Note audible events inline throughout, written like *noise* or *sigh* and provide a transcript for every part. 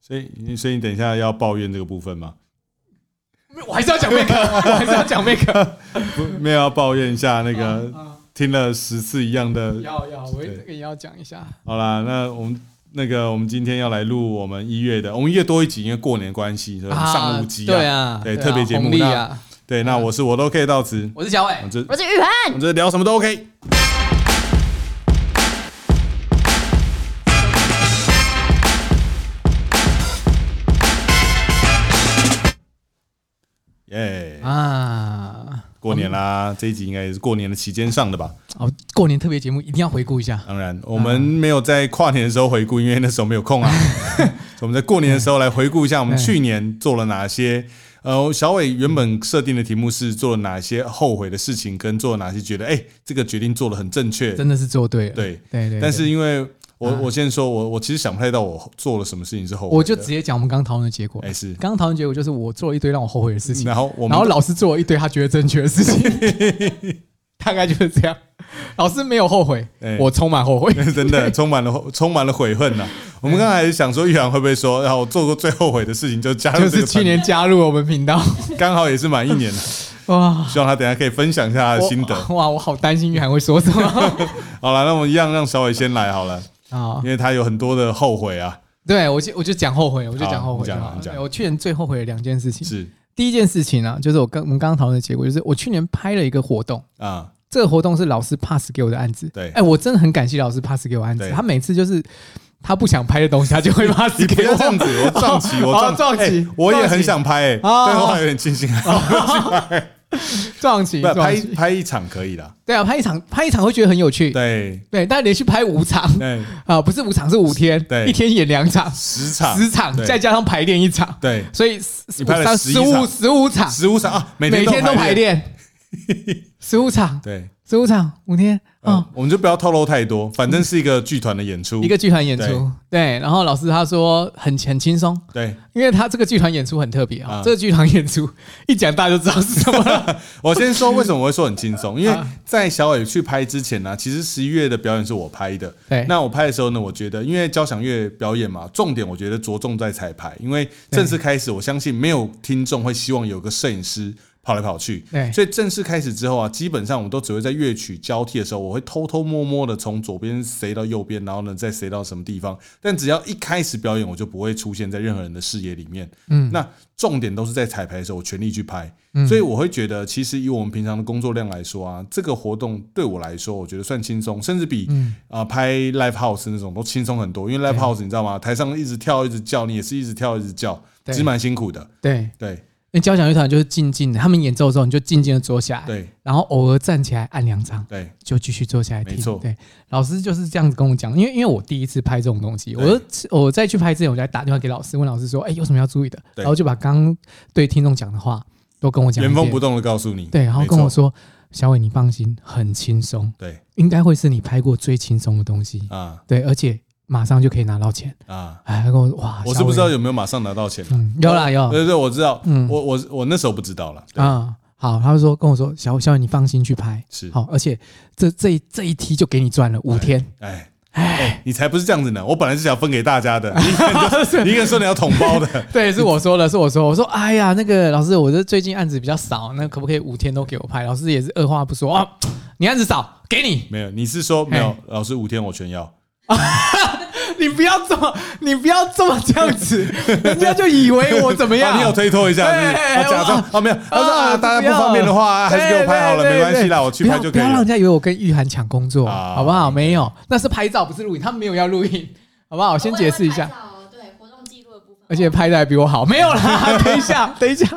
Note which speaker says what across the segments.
Speaker 1: 所以你所以你等一下要抱怨这个部分吗？
Speaker 2: 我还是要讲 make，我 *laughs* 还是要讲 make。
Speaker 1: *laughs* 不，没有要抱怨一下那个
Speaker 2: 啊
Speaker 1: 听了十次一样的
Speaker 2: 啊要要，我
Speaker 1: 对
Speaker 2: 这个也要讲一下。
Speaker 1: 好啦，那我们那个我们今天要来录我们一月的，我们一月多一集，因为过年关系，所以我们上五集
Speaker 2: 对啊，
Speaker 1: 对
Speaker 2: 啊
Speaker 1: 特别节目
Speaker 2: 红利啊，
Speaker 1: 对，那我是我都 OK 到此，
Speaker 2: 我是小伟
Speaker 1: 我。们这
Speaker 3: 我是雨涵，
Speaker 1: 我们这聊什么都 OK。耶、
Speaker 2: 啊，
Speaker 1: 过年啦！这一集应该也是过年的期间上的吧？
Speaker 2: 哦，过年特别节目一定要回顾一下。
Speaker 1: 当然，我们没有在跨年的时候回顾，因为那时候没有
Speaker 2: *laughs*
Speaker 1: 空啊。所以我们在过年的时候来回顾一下我们去年做了哪些。
Speaker 2: 嗯
Speaker 1: 呃，小伟原本设定的题目是做了哪些后悔的事情，跟做了哪些觉得哎、这个决定做的很正确。
Speaker 2: 真的是做对了，
Speaker 1: 对，
Speaker 2: 对对。
Speaker 1: 但是因为我、
Speaker 2: 啊
Speaker 1: 我先说，我我其实想不太到我做了什么事情是后悔的。
Speaker 2: 我就直接讲我们刚刚讨论的结果。
Speaker 1: 哎是
Speaker 2: 刚刚讨论结果就是我做了一堆让我后悔的事情，
Speaker 1: 然后我
Speaker 2: 然
Speaker 1: 们
Speaker 2: 后老师做了一堆他觉得正确的事情，
Speaker 1: *laughs*
Speaker 2: 大概就是这样。老师没有后悔，
Speaker 1: 哎
Speaker 2: 我嗯充满后
Speaker 1: *laughs*
Speaker 2: 悔。
Speaker 1: 真的充满了充满了悔恨呐、我们刚才想说玉涵会不会说，然啊后我做过最后悔的事情就加入
Speaker 2: 就
Speaker 1: 这
Speaker 2: 是
Speaker 1: 个
Speaker 2: 去
Speaker 1: 团队，
Speaker 2: 年加入我们频道，
Speaker 1: 刚好也是满一年了。
Speaker 2: 哇，
Speaker 1: 希望他等一下可以分享一下他的心得。
Speaker 2: 哇，我好担心玉涵会说什么
Speaker 1: *laughs* 好了，那我们一样让小伟先来好了，
Speaker 2: 啊
Speaker 1: 因。为他有很多的后悔啊。
Speaker 2: 对，我就我就讲后悔，我就讲后
Speaker 1: 好
Speaker 2: 悔
Speaker 1: 你讲
Speaker 2: 就好
Speaker 1: 你讲
Speaker 2: 对我去年最后悔的两件事情，
Speaker 1: 是
Speaker 2: 第一件事情啊，就是我刚我们刚刚讨论的结果，就是我去年拍了一个活动，
Speaker 1: 啊，
Speaker 2: 这个活动是老师 pass 给我的案子。
Speaker 1: 对
Speaker 2: 哎，我真的很感谢老师 pass 给我案子
Speaker 1: 对。
Speaker 2: 他每次就是他不想拍的东西，他就会 pass
Speaker 1: *laughs* 你不
Speaker 2: 给
Speaker 1: 要这样
Speaker 2: 我。
Speaker 1: 子，我撞旗，我撞
Speaker 2: 哦撞旗
Speaker 1: 哎我也
Speaker 2: 撞旗
Speaker 1: 很想拍，哎，
Speaker 2: 哦
Speaker 1: 但我还有点庆幸， *laughs*
Speaker 2: 撞期
Speaker 1: 不
Speaker 2: 撞
Speaker 1: 拍
Speaker 2: 期，
Speaker 1: 拍一场可以啦。
Speaker 2: 对啊，拍一场拍一场会觉得很有趣。
Speaker 1: 对
Speaker 2: 对，但连续拍五
Speaker 1: *laughs*
Speaker 2: 场
Speaker 1: 对，
Speaker 2: 啊，不是五场是五天
Speaker 1: 对，
Speaker 2: 一天演两场，
Speaker 1: 十场
Speaker 2: 十场
Speaker 1: 对
Speaker 2: 再加上排练一场，
Speaker 1: 对
Speaker 2: 所以十
Speaker 1: 你拍了
Speaker 2: 三
Speaker 1: 11
Speaker 2: 十五
Speaker 1: 场
Speaker 2: 十五场，
Speaker 1: 十五场啊，每
Speaker 2: 每天都排
Speaker 1: 排。
Speaker 2: 练，十五场
Speaker 1: 对，
Speaker 2: 十五场五天啊。
Speaker 1: 嗯，我们就不要透露太多，反正是一个剧团的演出
Speaker 2: 嗯一。个剧团演出，对，然后老师他说很很轻松，
Speaker 1: 对，
Speaker 2: 因为他这个剧团演出很特别啊、
Speaker 1: 啊
Speaker 2: 这个剧团演出 *laughs* 一讲大家就知道是什么了。
Speaker 1: 我先说为什么我会说很轻松，因为
Speaker 2: 啊
Speaker 1: 在小伟去拍之前呢、啊其实十一月的表演是我拍的。
Speaker 2: 对，
Speaker 1: 那我拍的时候呢，我觉得因为交响乐表演嘛，重点我觉得着重在彩排，因为正式开始，我相信没有听众会希望有个摄影师跑来跑去。
Speaker 2: 对
Speaker 1: 所以正式开始之后啊，基本上我都只会在乐曲交替的时候，我会偷偷摸摸的从左边谁到右边，然后呢再谁到什么地方。但只要一开始表演，我就不会出现在任何人的视野里面。
Speaker 2: 嗯
Speaker 1: 那重点都是在彩排的时候，我全力去拍。
Speaker 2: 嗯
Speaker 1: 所以我会觉得，其实以我们平常的工作量来说啊，这个活动对我来说，我觉得算轻松，甚至比
Speaker 2: 嗯
Speaker 1: 啊、呃拍 live house 那种都轻松很多。因为 live
Speaker 2: 对
Speaker 1: house 你知道吗？台上一直跳一直叫，你也是一直跳一直叫，其
Speaker 2: 对
Speaker 1: 实蛮辛苦的。
Speaker 2: 对，因
Speaker 1: *laughs* 对
Speaker 2: 为交响乐团就是静静的，他们演奏的时候你就静静的坐下来，
Speaker 1: 对
Speaker 2: 然后偶尔站起来按两张。
Speaker 1: 对，
Speaker 2: 就继续坐下来听
Speaker 1: 没错。
Speaker 2: 对，老师就是这样子跟我讲，因为因为我第一次拍这种东西，
Speaker 1: 对
Speaker 2: 我就我在去拍之前，我就还打电话给老师，问老师说，哎、有什么要注意的？
Speaker 1: 对
Speaker 2: 然后就把刚刚对听众讲的话都跟我讲一
Speaker 1: 原
Speaker 2: 遍，
Speaker 1: 封不动的告诉你。
Speaker 2: 对，然后
Speaker 1: 没
Speaker 2: 跟我
Speaker 1: 错
Speaker 2: 说，小伟你放心，很轻松，
Speaker 1: 对
Speaker 2: 应该会是你拍过最轻松的东西，
Speaker 1: 啊
Speaker 2: 对，而且马上就可以拿到钱。
Speaker 1: 啊，
Speaker 2: 哎，他跟我说哇，
Speaker 1: 我是不知
Speaker 2: 小
Speaker 1: 道
Speaker 2: 伟，
Speaker 1: 有没有马上拿到钱啊。
Speaker 2: 嗯，有啦有
Speaker 1: 对对，我知道，
Speaker 2: 嗯
Speaker 1: 我我我那时候不知道了。对，
Speaker 2: 啊。好，他就说跟我说，小小伟你放心去拍，
Speaker 1: 是
Speaker 2: 好，而且这这一这一梯就给你赚了五天，
Speaker 1: 哎。
Speaker 2: 哎，
Speaker 1: 哎你才不是这样子呢！我本来是想分给大家的，你一个人
Speaker 2: *laughs*
Speaker 1: 就你一个人说你要统包的， *laughs*
Speaker 2: 对，是我说的，是我说，我说，哎呀，那个老师，我这最近案子比较少，那可不可以五天都给我拍？老师也是二话不说啊，你案子少，给你，
Speaker 1: 没有，你是说没
Speaker 2: 哎
Speaker 1: 有？老师五天我全要，
Speaker 2: 你不要这么，你不要这么这
Speaker 1: *laughs*
Speaker 2: 样子，人家就以为 *laughs* 我怎么
Speaker 1: 啊
Speaker 2: 样？
Speaker 1: 你有推脱一
Speaker 2: *laughs*
Speaker 1: 下，是不是
Speaker 2: 哎
Speaker 1: 我假装
Speaker 2: 哇
Speaker 1: 哦
Speaker 2: *laughs*
Speaker 1: 没有，他说啊大家不方便的话，还是给我拍好了，
Speaker 2: 对
Speaker 1: 没
Speaker 2: 对
Speaker 1: 关系啦，我去
Speaker 2: 不要
Speaker 1: 拍就
Speaker 2: 不
Speaker 1: 可以
Speaker 2: 要让
Speaker 1: 了
Speaker 2: 人。家以为我跟玉涵抢工作，
Speaker 1: 啊
Speaker 2: 好不好？没有，那是拍照，不是录影，他们没有要录影，好不好？我先解释一下，。
Speaker 3: 对，活动记录的部分。哦
Speaker 2: 而且拍的还哦比我好，没
Speaker 1: *laughs*
Speaker 2: 有啦，等一下，等一下。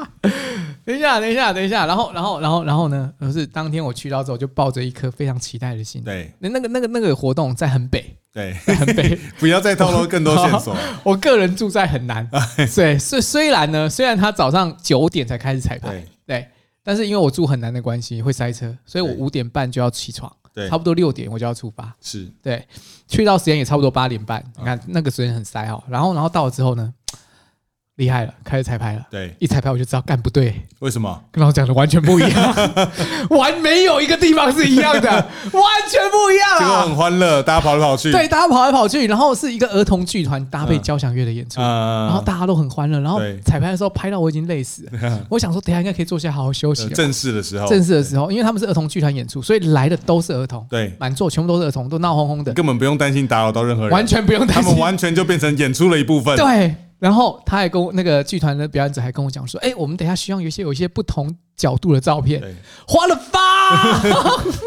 Speaker 2: 等一下，等一下，等一下，然后，然后，然后，然后呢？可是当天我去到之后，就抱着一颗非常期待的心。
Speaker 1: 对
Speaker 2: 那那个那个那个活动在很北，
Speaker 1: 对， *laughs*
Speaker 2: 在很北。
Speaker 1: 不要再透露更多线
Speaker 2: *laughs*
Speaker 1: 索。
Speaker 2: 我个人住在
Speaker 1: *laughs*
Speaker 2: 很南，
Speaker 1: 哎
Speaker 2: 对，虽虽然呢，虽然他早上九点才开始彩排，
Speaker 1: 对
Speaker 2: 对，但是因为我住很南的关系会塞车，所以我
Speaker 1: 对
Speaker 2: 五点半就要起床，
Speaker 1: 对
Speaker 2: 差，不多六点我就要出发，
Speaker 1: 是
Speaker 2: 对，
Speaker 1: 啊
Speaker 2: 去到时间也差不多八点半，你看那个时间很塞哦。然后然后到了之后呢，厉害了，开始彩排了，
Speaker 1: 对，
Speaker 2: 一彩排我就知道干不对，
Speaker 1: 为什么？
Speaker 2: 跟老师讲的完全不一样，
Speaker 1: *laughs*
Speaker 2: 完没有一个地方是一样的，完全不一
Speaker 1: 结果
Speaker 2: 样
Speaker 1: 很
Speaker 2: 啊！
Speaker 1: 欢乐，大家跑来跑去，
Speaker 2: 对，大家跑来跑去，然后是一个儿童剧团搭配交响乐的演出，
Speaker 1: 嗯
Speaker 2: 然后大家都很欢乐，然后
Speaker 1: 对啊
Speaker 2: 彩排的时候拍到我已经累死
Speaker 1: *laughs*
Speaker 2: 了，我想说等一下应该可以坐下好好休息
Speaker 1: 呃
Speaker 2: 了。
Speaker 1: 正式的时候，
Speaker 2: 正式的时候，因为他们是儿童剧团演出，所以来的都是儿童，
Speaker 1: 对
Speaker 2: 满座全部都是儿童，都闹哄哄的
Speaker 1: 你，根本不用担心打扰到任何人，
Speaker 2: 完全不用
Speaker 1: 他
Speaker 2: 担
Speaker 1: 们
Speaker 2: 心。
Speaker 1: 完全就变成演出了一部分。
Speaker 2: 对，然后他还跟我那个剧团的表演者还跟我讲说，哎，我们等一下希望有一些有一些不同角度的照片
Speaker 1: 对，
Speaker 2: 花了
Speaker 1: *laughs*
Speaker 2: 发，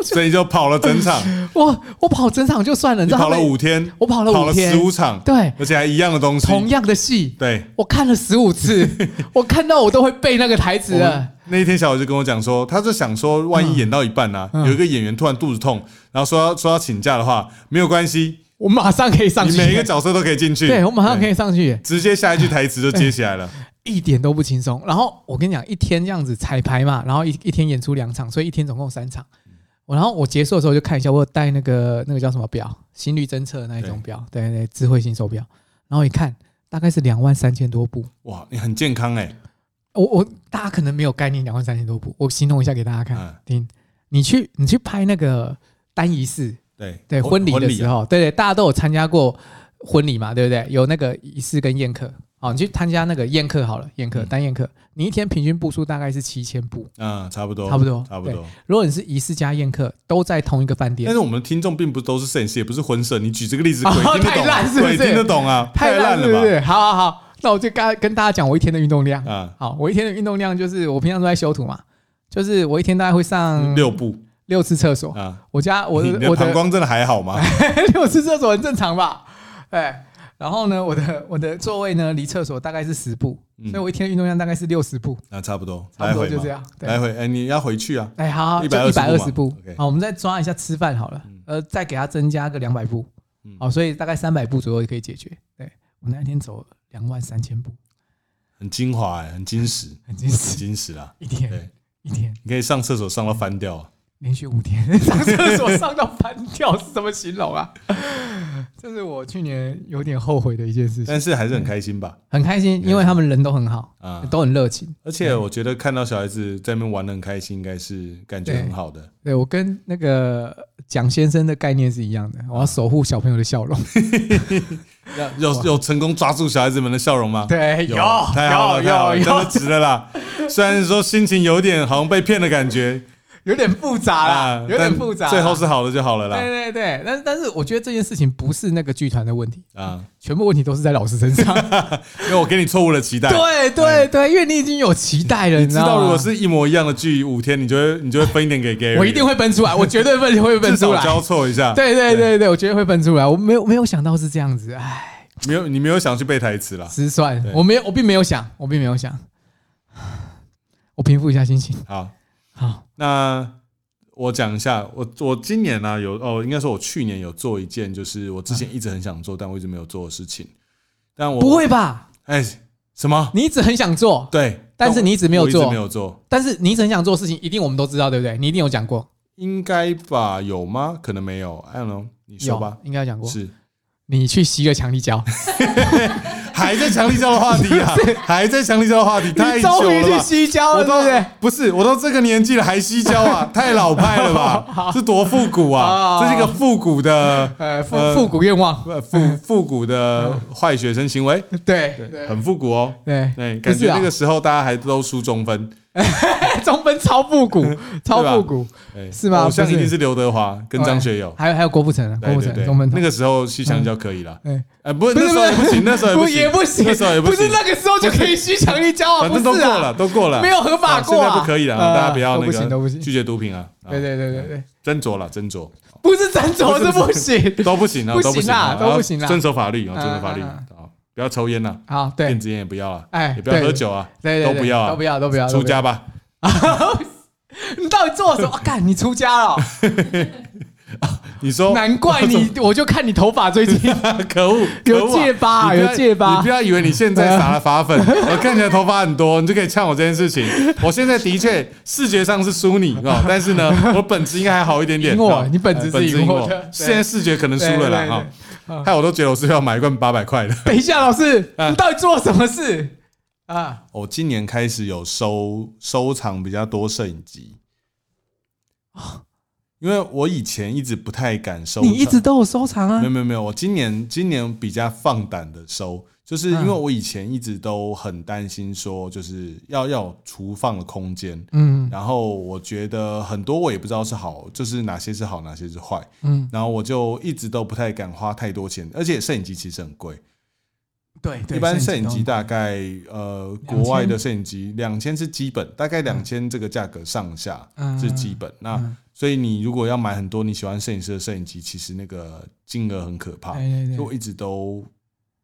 Speaker 1: 所以就跑了整场，
Speaker 2: 我我跑整场就 *laughs* 算了，你
Speaker 1: 你
Speaker 2: 知道
Speaker 1: 跑
Speaker 2: 他
Speaker 1: 了
Speaker 2: 们
Speaker 1: 五天，
Speaker 2: 我跑了
Speaker 1: 跑
Speaker 2: 五
Speaker 1: 了
Speaker 2: 天
Speaker 1: 十五场，
Speaker 2: 对
Speaker 1: 而且还一样的东西。
Speaker 2: 同样的戏，
Speaker 1: 对，
Speaker 2: 我看了十五次，
Speaker 1: *laughs*
Speaker 2: 我看到我都会背那个台词
Speaker 1: 我
Speaker 2: 了
Speaker 1: 们。那一天小友就跟我讲说，他就想说，万一演到一半呢、
Speaker 2: 嗯
Speaker 1: 有一个演员突然肚子痛，然后说要说要请假的话，没有关系，
Speaker 2: 我马上可以上
Speaker 1: 你
Speaker 2: 去，
Speaker 1: 每一个角色都可以进去。
Speaker 2: 对我马上可
Speaker 1: 对
Speaker 2: 以上去，
Speaker 1: 直接下一句台词就接起来了。
Speaker 2: 一点都不轻松。然后我跟你讲，一天这样子彩排嘛，然后一一天演出两场，所以一天总共三场。
Speaker 1: 嗯
Speaker 2: 我然后我结束的时候就看一下，我有带那个那个叫什么表，心率侦测的那一种表，对对智慧型手表。然后一看，大概是两万三千多步。
Speaker 1: 哇，你很健康哎、
Speaker 2: 我我大家可能没有概念，两万三千多步，我形容一下给大家看。
Speaker 1: 嗯
Speaker 2: 听，你去你去拍那个单仪式，
Speaker 1: 对
Speaker 2: 对婚礼的时
Speaker 1: 啊
Speaker 2: 候，对对，大家都有参加过婚礼嘛，对不对？有那个仪式跟宴客，哦，你去参加那个宴客好了，宴客
Speaker 1: 嗯
Speaker 2: 单宴客，你一天平均步数大概是七千步。
Speaker 1: 嗯，差不多，
Speaker 2: 差不多
Speaker 1: 差不多。
Speaker 2: 如果你是仪式加宴客都在同一个饭
Speaker 1: 但
Speaker 2: *laughs* 店，
Speaker 1: 是我们的听众并不都是摄影师，也不是婚摄。你举这个例子，
Speaker 2: 哦
Speaker 1: 鬼听得
Speaker 2: 太
Speaker 1: 懂
Speaker 2: 烂
Speaker 1: 啊，
Speaker 2: 是不
Speaker 1: 鬼
Speaker 2: 是
Speaker 1: 听得懂啊，太烂
Speaker 2: 了是不
Speaker 1: 了
Speaker 2: 是？好好好，那我就跟跟大家讲我一天的运动量。
Speaker 1: 吧？啊，
Speaker 2: 好，我一天的运动量就是我平常都在修图嘛，就是我一天大概会上
Speaker 1: 嗯六步
Speaker 2: 六次厕所。
Speaker 1: 啊，
Speaker 2: 我家嗯我
Speaker 1: 你你
Speaker 2: 的
Speaker 1: 的
Speaker 2: 我
Speaker 1: 膀
Speaker 2: 的
Speaker 1: 胱真的还好吗？
Speaker 2: *laughs* 六次厕所很正常吧？哎，然后呢，我的我的座位呢离厕所大概是十步，
Speaker 1: 嗯
Speaker 2: 所以我一天的运动量大概是六十步，
Speaker 1: 那差不多，
Speaker 2: 差
Speaker 1: 来
Speaker 2: 不多
Speaker 1: 回
Speaker 2: 就这
Speaker 1: 嘛，
Speaker 2: 样。对
Speaker 1: 来，回。哎，你要回去啊？
Speaker 2: 哎，好好，就
Speaker 1: 120
Speaker 2: 一百二十
Speaker 1: 步
Speaker 2: 步
Speaker 1: 嘛 OK。
Speaker 2: 好，我们再抓一下吃饭好了
Speaker 1: 嗯，
Speaker 2: 呃，再给它增加个两百步
Speaker 1: 嗯，
Speaker 2: 好，所以大概三百步左右就可以解决。对我那天走两万三千步，
Speaker 1: 很精华哎，很精实，
Speaker 2: 很惊
Speaker 1: 很
Speaker 2: 喜，
Speaker 1: 精实啦。
Speaker 2: 一
Speaker 1: 对
Speaker 2: 天一天
Speaker 1: 你可以上厕所上到翻掉啊。
Speaker 2: 连续五天 *laughs* 上厕所上到翻跳是怎么形容啊？ *laughs* 这是我去年有点后悔的一件事情，
Speaker 1: 但是还是很开心吧？
Speaker 2: 很开心，因为他们人都很好，
Speaker 1: 啊，
Speaker 2: 都很热情。
Speaker 1: 而且
Speaker 2: 嗯
Speaker 1: 我觉得看到小孩子在那边玩的很开心，应该是感觉很好的。
Speaker 2: 对我跟那个蒋先生的概念是一样的，我要守护小朋友的笑容。
Speaker 1: 有有成功抓住小孩子们的笑容吗？
Speaker 2: *laughs* 对，有
Speaker 1: 太好了，太好
Speaker 2: 有
Speaker 1: 了，
Speaker 2: 有
Speaker 1: 真的
Speaker 2: 有，
Speaker 1: 值了
Speaker 2: *laughs*
Speaker 1: 啦。虽然说心情有点好像被骗的感觉
Speaker 2: 有点复杂啦，有点
Speaker 1: 啊但
Speaker 2: 复杂啦。
Speaker 1: 最后是好的就好了
Speaker 2: 对
Speaker 1: 啦。
Speaker 2: 对对，但但是我觉得这件事情不是那个剧团的问题，
Speaker 1: 啊，
Speaker 2: 全部问题都是在老师
Speaker 1: *laughs*
Speaker 2: 身上。
Speaker 1: 因为我给你错误的期待。
Speaker 2: 对对对，因为你已经有期待了，你
Speaker 1: 嗯知
Speaker 2: 吗
Speaker 1: 道如果是一模一样的剧，五天你就会你就会分一点给 Gary，
Speaker 2: *laughs* 我一定会奔出来，我绝对会 *laughs* 会奔
Speaker 1: 至
Speaker 2: 出
Speaker 1: 少
Speaker 2: 来。
Speaker 1: 交错一下。
Speaker 2: 对对对对，我绝对会奔出来。我没有没有想到是这样子，唉，
Speaker 1: 没有你没有想去背台词啦。
Speaker 2: 失算
Speaker 1: 啊对。
Speaker 2: 我没有，我并没有想，我并没有想。我平复一下心情，
Speaker 1: 好，
Speaker 2: 好，
Speaker 1: 那我讲一下，我我今年呢、有哦，应该说我去年有做一件，就是我之前一直很想做，但我一直没有做的事情。但我
Speaker 2: 不会吧？
Speaker 1: 哎、什么？
Speaker 2: 你一直很想做，
Speaker 1: 对，
Speaker 2: 但是你一直没有
Speaker 1: 我一直
Speaker 2: 做
Speaker 1: 没有做，
Speaker 2: 但是你一直很想做的事情，一定我们都知道，对不对？你一定有讲过，
Speaker 1: 应该吧？有吗？可能没有，I don't know，你说吧
Speaker 2: 有，。应该有讲过。
Speaker 1: 是
Speaker 2: 你去吸了强力胶，
Speaker 1: 还在强力胶的话题
Speaker 2: *laughs*
Speaker 1: 啊，还在强力胶的话题， *laughs* 太
Speaker 2: 你
Speaker 1: 久
Speaker 2: 终于
Speaker 1: 了
Speaker 2: 去
Speaker 1: 吧？
Speaker 2: 吸胶
Speaker 1: 我
Speaker 2: 了，对
Speaker 1: 都
Speaker 2: 不对？
Speaker 1: 不是，我都这个年纪了还吸胶啊，太老派了
Speaker 2: *laughs*
Speaker 1: 吧？是多复古啊！
Speaker 2: 哦
Speaker 1: 这是一个复古的
Speaker 2: 呃，复
Speaker 1: 呃
Speaker 2: 复古愿望，
Speaker 1: 呃
Speaker 2: *laughs*
Speaker 1: 复复古的坏学生行为，
Speaker 2: 对
Speaker 1: 对，
Speaker 2: 对
Speaker 1: 很复古哦。
Speaker 2: 对， *laughs*
Speaker 1: 对，
Speaker 2: 不
Speaker 1: 感
Speaker 2: 是
Speaker 1: 觉
Speaker 2: 啊
Speaker 1: 那个时候大家还都输中分，
Speaker 2: 中分超复古，超复古，
Speaker 1: 对
Speaker 2: 是吗
Speaker 1: 哎偶像
Speaker 2: 不
Speaker 1: 一
Speaker 2: 是
Speaker 1: 定是刘德华跟张学友，
Speaker 2: 还有还有郭富城啊，
Speaker 1: 对
Speaker 2: 郭富
Speaker 1: 对
Speaker 2: 城
Speaker 1: 对，
Speaker 2: 中分头
Speaker 1: 那，个时候吸香蕉可以啦，
Speaker 2: 哎，
Speaker 1: 呃，不，
Speaker 2: 不是
Speaker 1: 那时候也不行，那时候也不
Speaker 2: 不
Speaker 1: 行，
Speaker 2: 也不 *laughs* 行，
Speaker 1: 那时候也
Speaker 2: 不
Speaker 1: 行
Speaker 2: 是，那个时候就可以吸强力胶啊，
Speaker 1: 反
Speaker 2: 不
Speaker 1: 正都
Speaker 2: 是
Speaker 1: 过
Speaker 2: 啊
Speaker 1: 了，，都过了，
Speaker 2: 没有合法
Speaker 1: 啊现
Speaker 2: 过
Speaker 1: 在
Speaker 2: 啊，
Speaker 1: 不可以了，
Speaker 2: 呃
Speaker 1: 大家不要
Speaker 2: 都
Speaker 1: 那
Speaker 2: 不行都不
Speaker 1: 个
Speaker 2: 行，
Speaker 1: 拒绝毒品啊，啊
Speaker 2: 对对对对对，
Speaker 1: 斟酌了，斟酌
Speaker 2: 不是斟酌是不行，
Speaker 1: 都不行啊，
Speaker 2: 不
Speaker 1: 都不
Speaker 2: 行
Speaker 1: 行啊
Speaker 2: 啦，都不行
Speaker 1: 要
Speaker 2: 啦
Speaker 1: 遵守法律啊，遵守法律
Speaker 2: 嗯嗯
Speaker 1: 啊，不要抽烟啦，
Speaker 2: 好，对
Speaker 1: 电，子烟也不要了，
Speaker 2: 哎，
Speaker 1: 也不要
Speaker 2: 对
Speaker 1: 喝酒啊，
Speaker 2: 对对
Speaker 1: 都
Speaker 2: 对
Speaker 1: 不要啊
Speaker 2: 都不要，都不要，
Speaker 1: 出
Speaker 2: 都不要。
Speaker 1: 家吧，
Speaker 2: 你到底做了什么？啊干、你出家了哦、
Speaker 1: 你说
Speaker 2: 难怪
Speaker 1: *laughs*
Speaker 2: 你，我就看你头发最近
Speaker 1: 可恶，可
Speaker 2: *laughs* 有
Speaker 1: 恶啊
Speaker 2: 戒疤啊，
Speaker 1: 你不要
Speaker 2: 有戒
Speaker 1: 你
Speaker 2: 疤
Speaker 1: 不。要以为你
Speaker 2: *laughs*
Speaker 1: 现
Speaker 2: 啊
Speaker 1: 在撒了发粉，我看起来头发很多，你就可以呛我这件事
Speaker 2: *laughs*
Speaker 1: 情。我现在的确视觉上是输你哦，但是
Speaker 2: *laughs*
Speaker 1: 呢，我本质应该还好一点点。
Speaker 2: 赢我
Speaker 1: 哦
Speaker 2: 你本质是
Speaker 1: 本质
Speaker 2: 赢
Speaker 1: 赢
Speaker 2: 我
Speaker 1: 我 *laughs*
Speaker 2: 的，对
Speaker 1: 现在视觉可能输了
Speaker 2: 对对
Speaker 1: 啦哦
Speaker 2: 对
Speaker 1: 哈。害我都觉得我是要买一罐八百块的。
Speaker 2: 等一下，老师，
Speaker 1: 啊
Speaker 2: 你到底做了什么事？啊，
Speaker 1: 我哦今年开始有收收藏比较多摄影机因为我以前一直不太敢收藏，
Speaker 2: 哦你一直都有收藏啊
Speaker 1: 没有？没有没有，我今年今年比较放胆的收，就是因为
Speaker 2: 嗯
Speaker 1: 我以前一直都很担心说，就是要要有厨放的空间，
Speaker 2: 嗯
Speaker 1: 然后我觉得很多我也不知道是好，就是哪些是好，哪些是坏，
Speaker 2: 嗯，
Speaker 1: 然后我就一直都不太敢花太多钱，而且摄影机其实很贵，
Speaker 2: 对，对
Speaker 1: 一般摄
Speaker 2: 摄
Speaker 1: 影机
Speaker 2: 都
Speaker 1: 大概呃，国外的摄影机两千是基本，大概两千这个价格上下
Speaker 2: 嗯
Speaker 1: 是基本。那
Speaker 2: 嗯
Speaker 1: 所以你如果要买很多你喜欢摄影师的摄影机，其实那个金额很可怕。所
Speaker 2: 对对
Speaker 1: 以
Speaker 2: 对
Speaker 1: 我一直都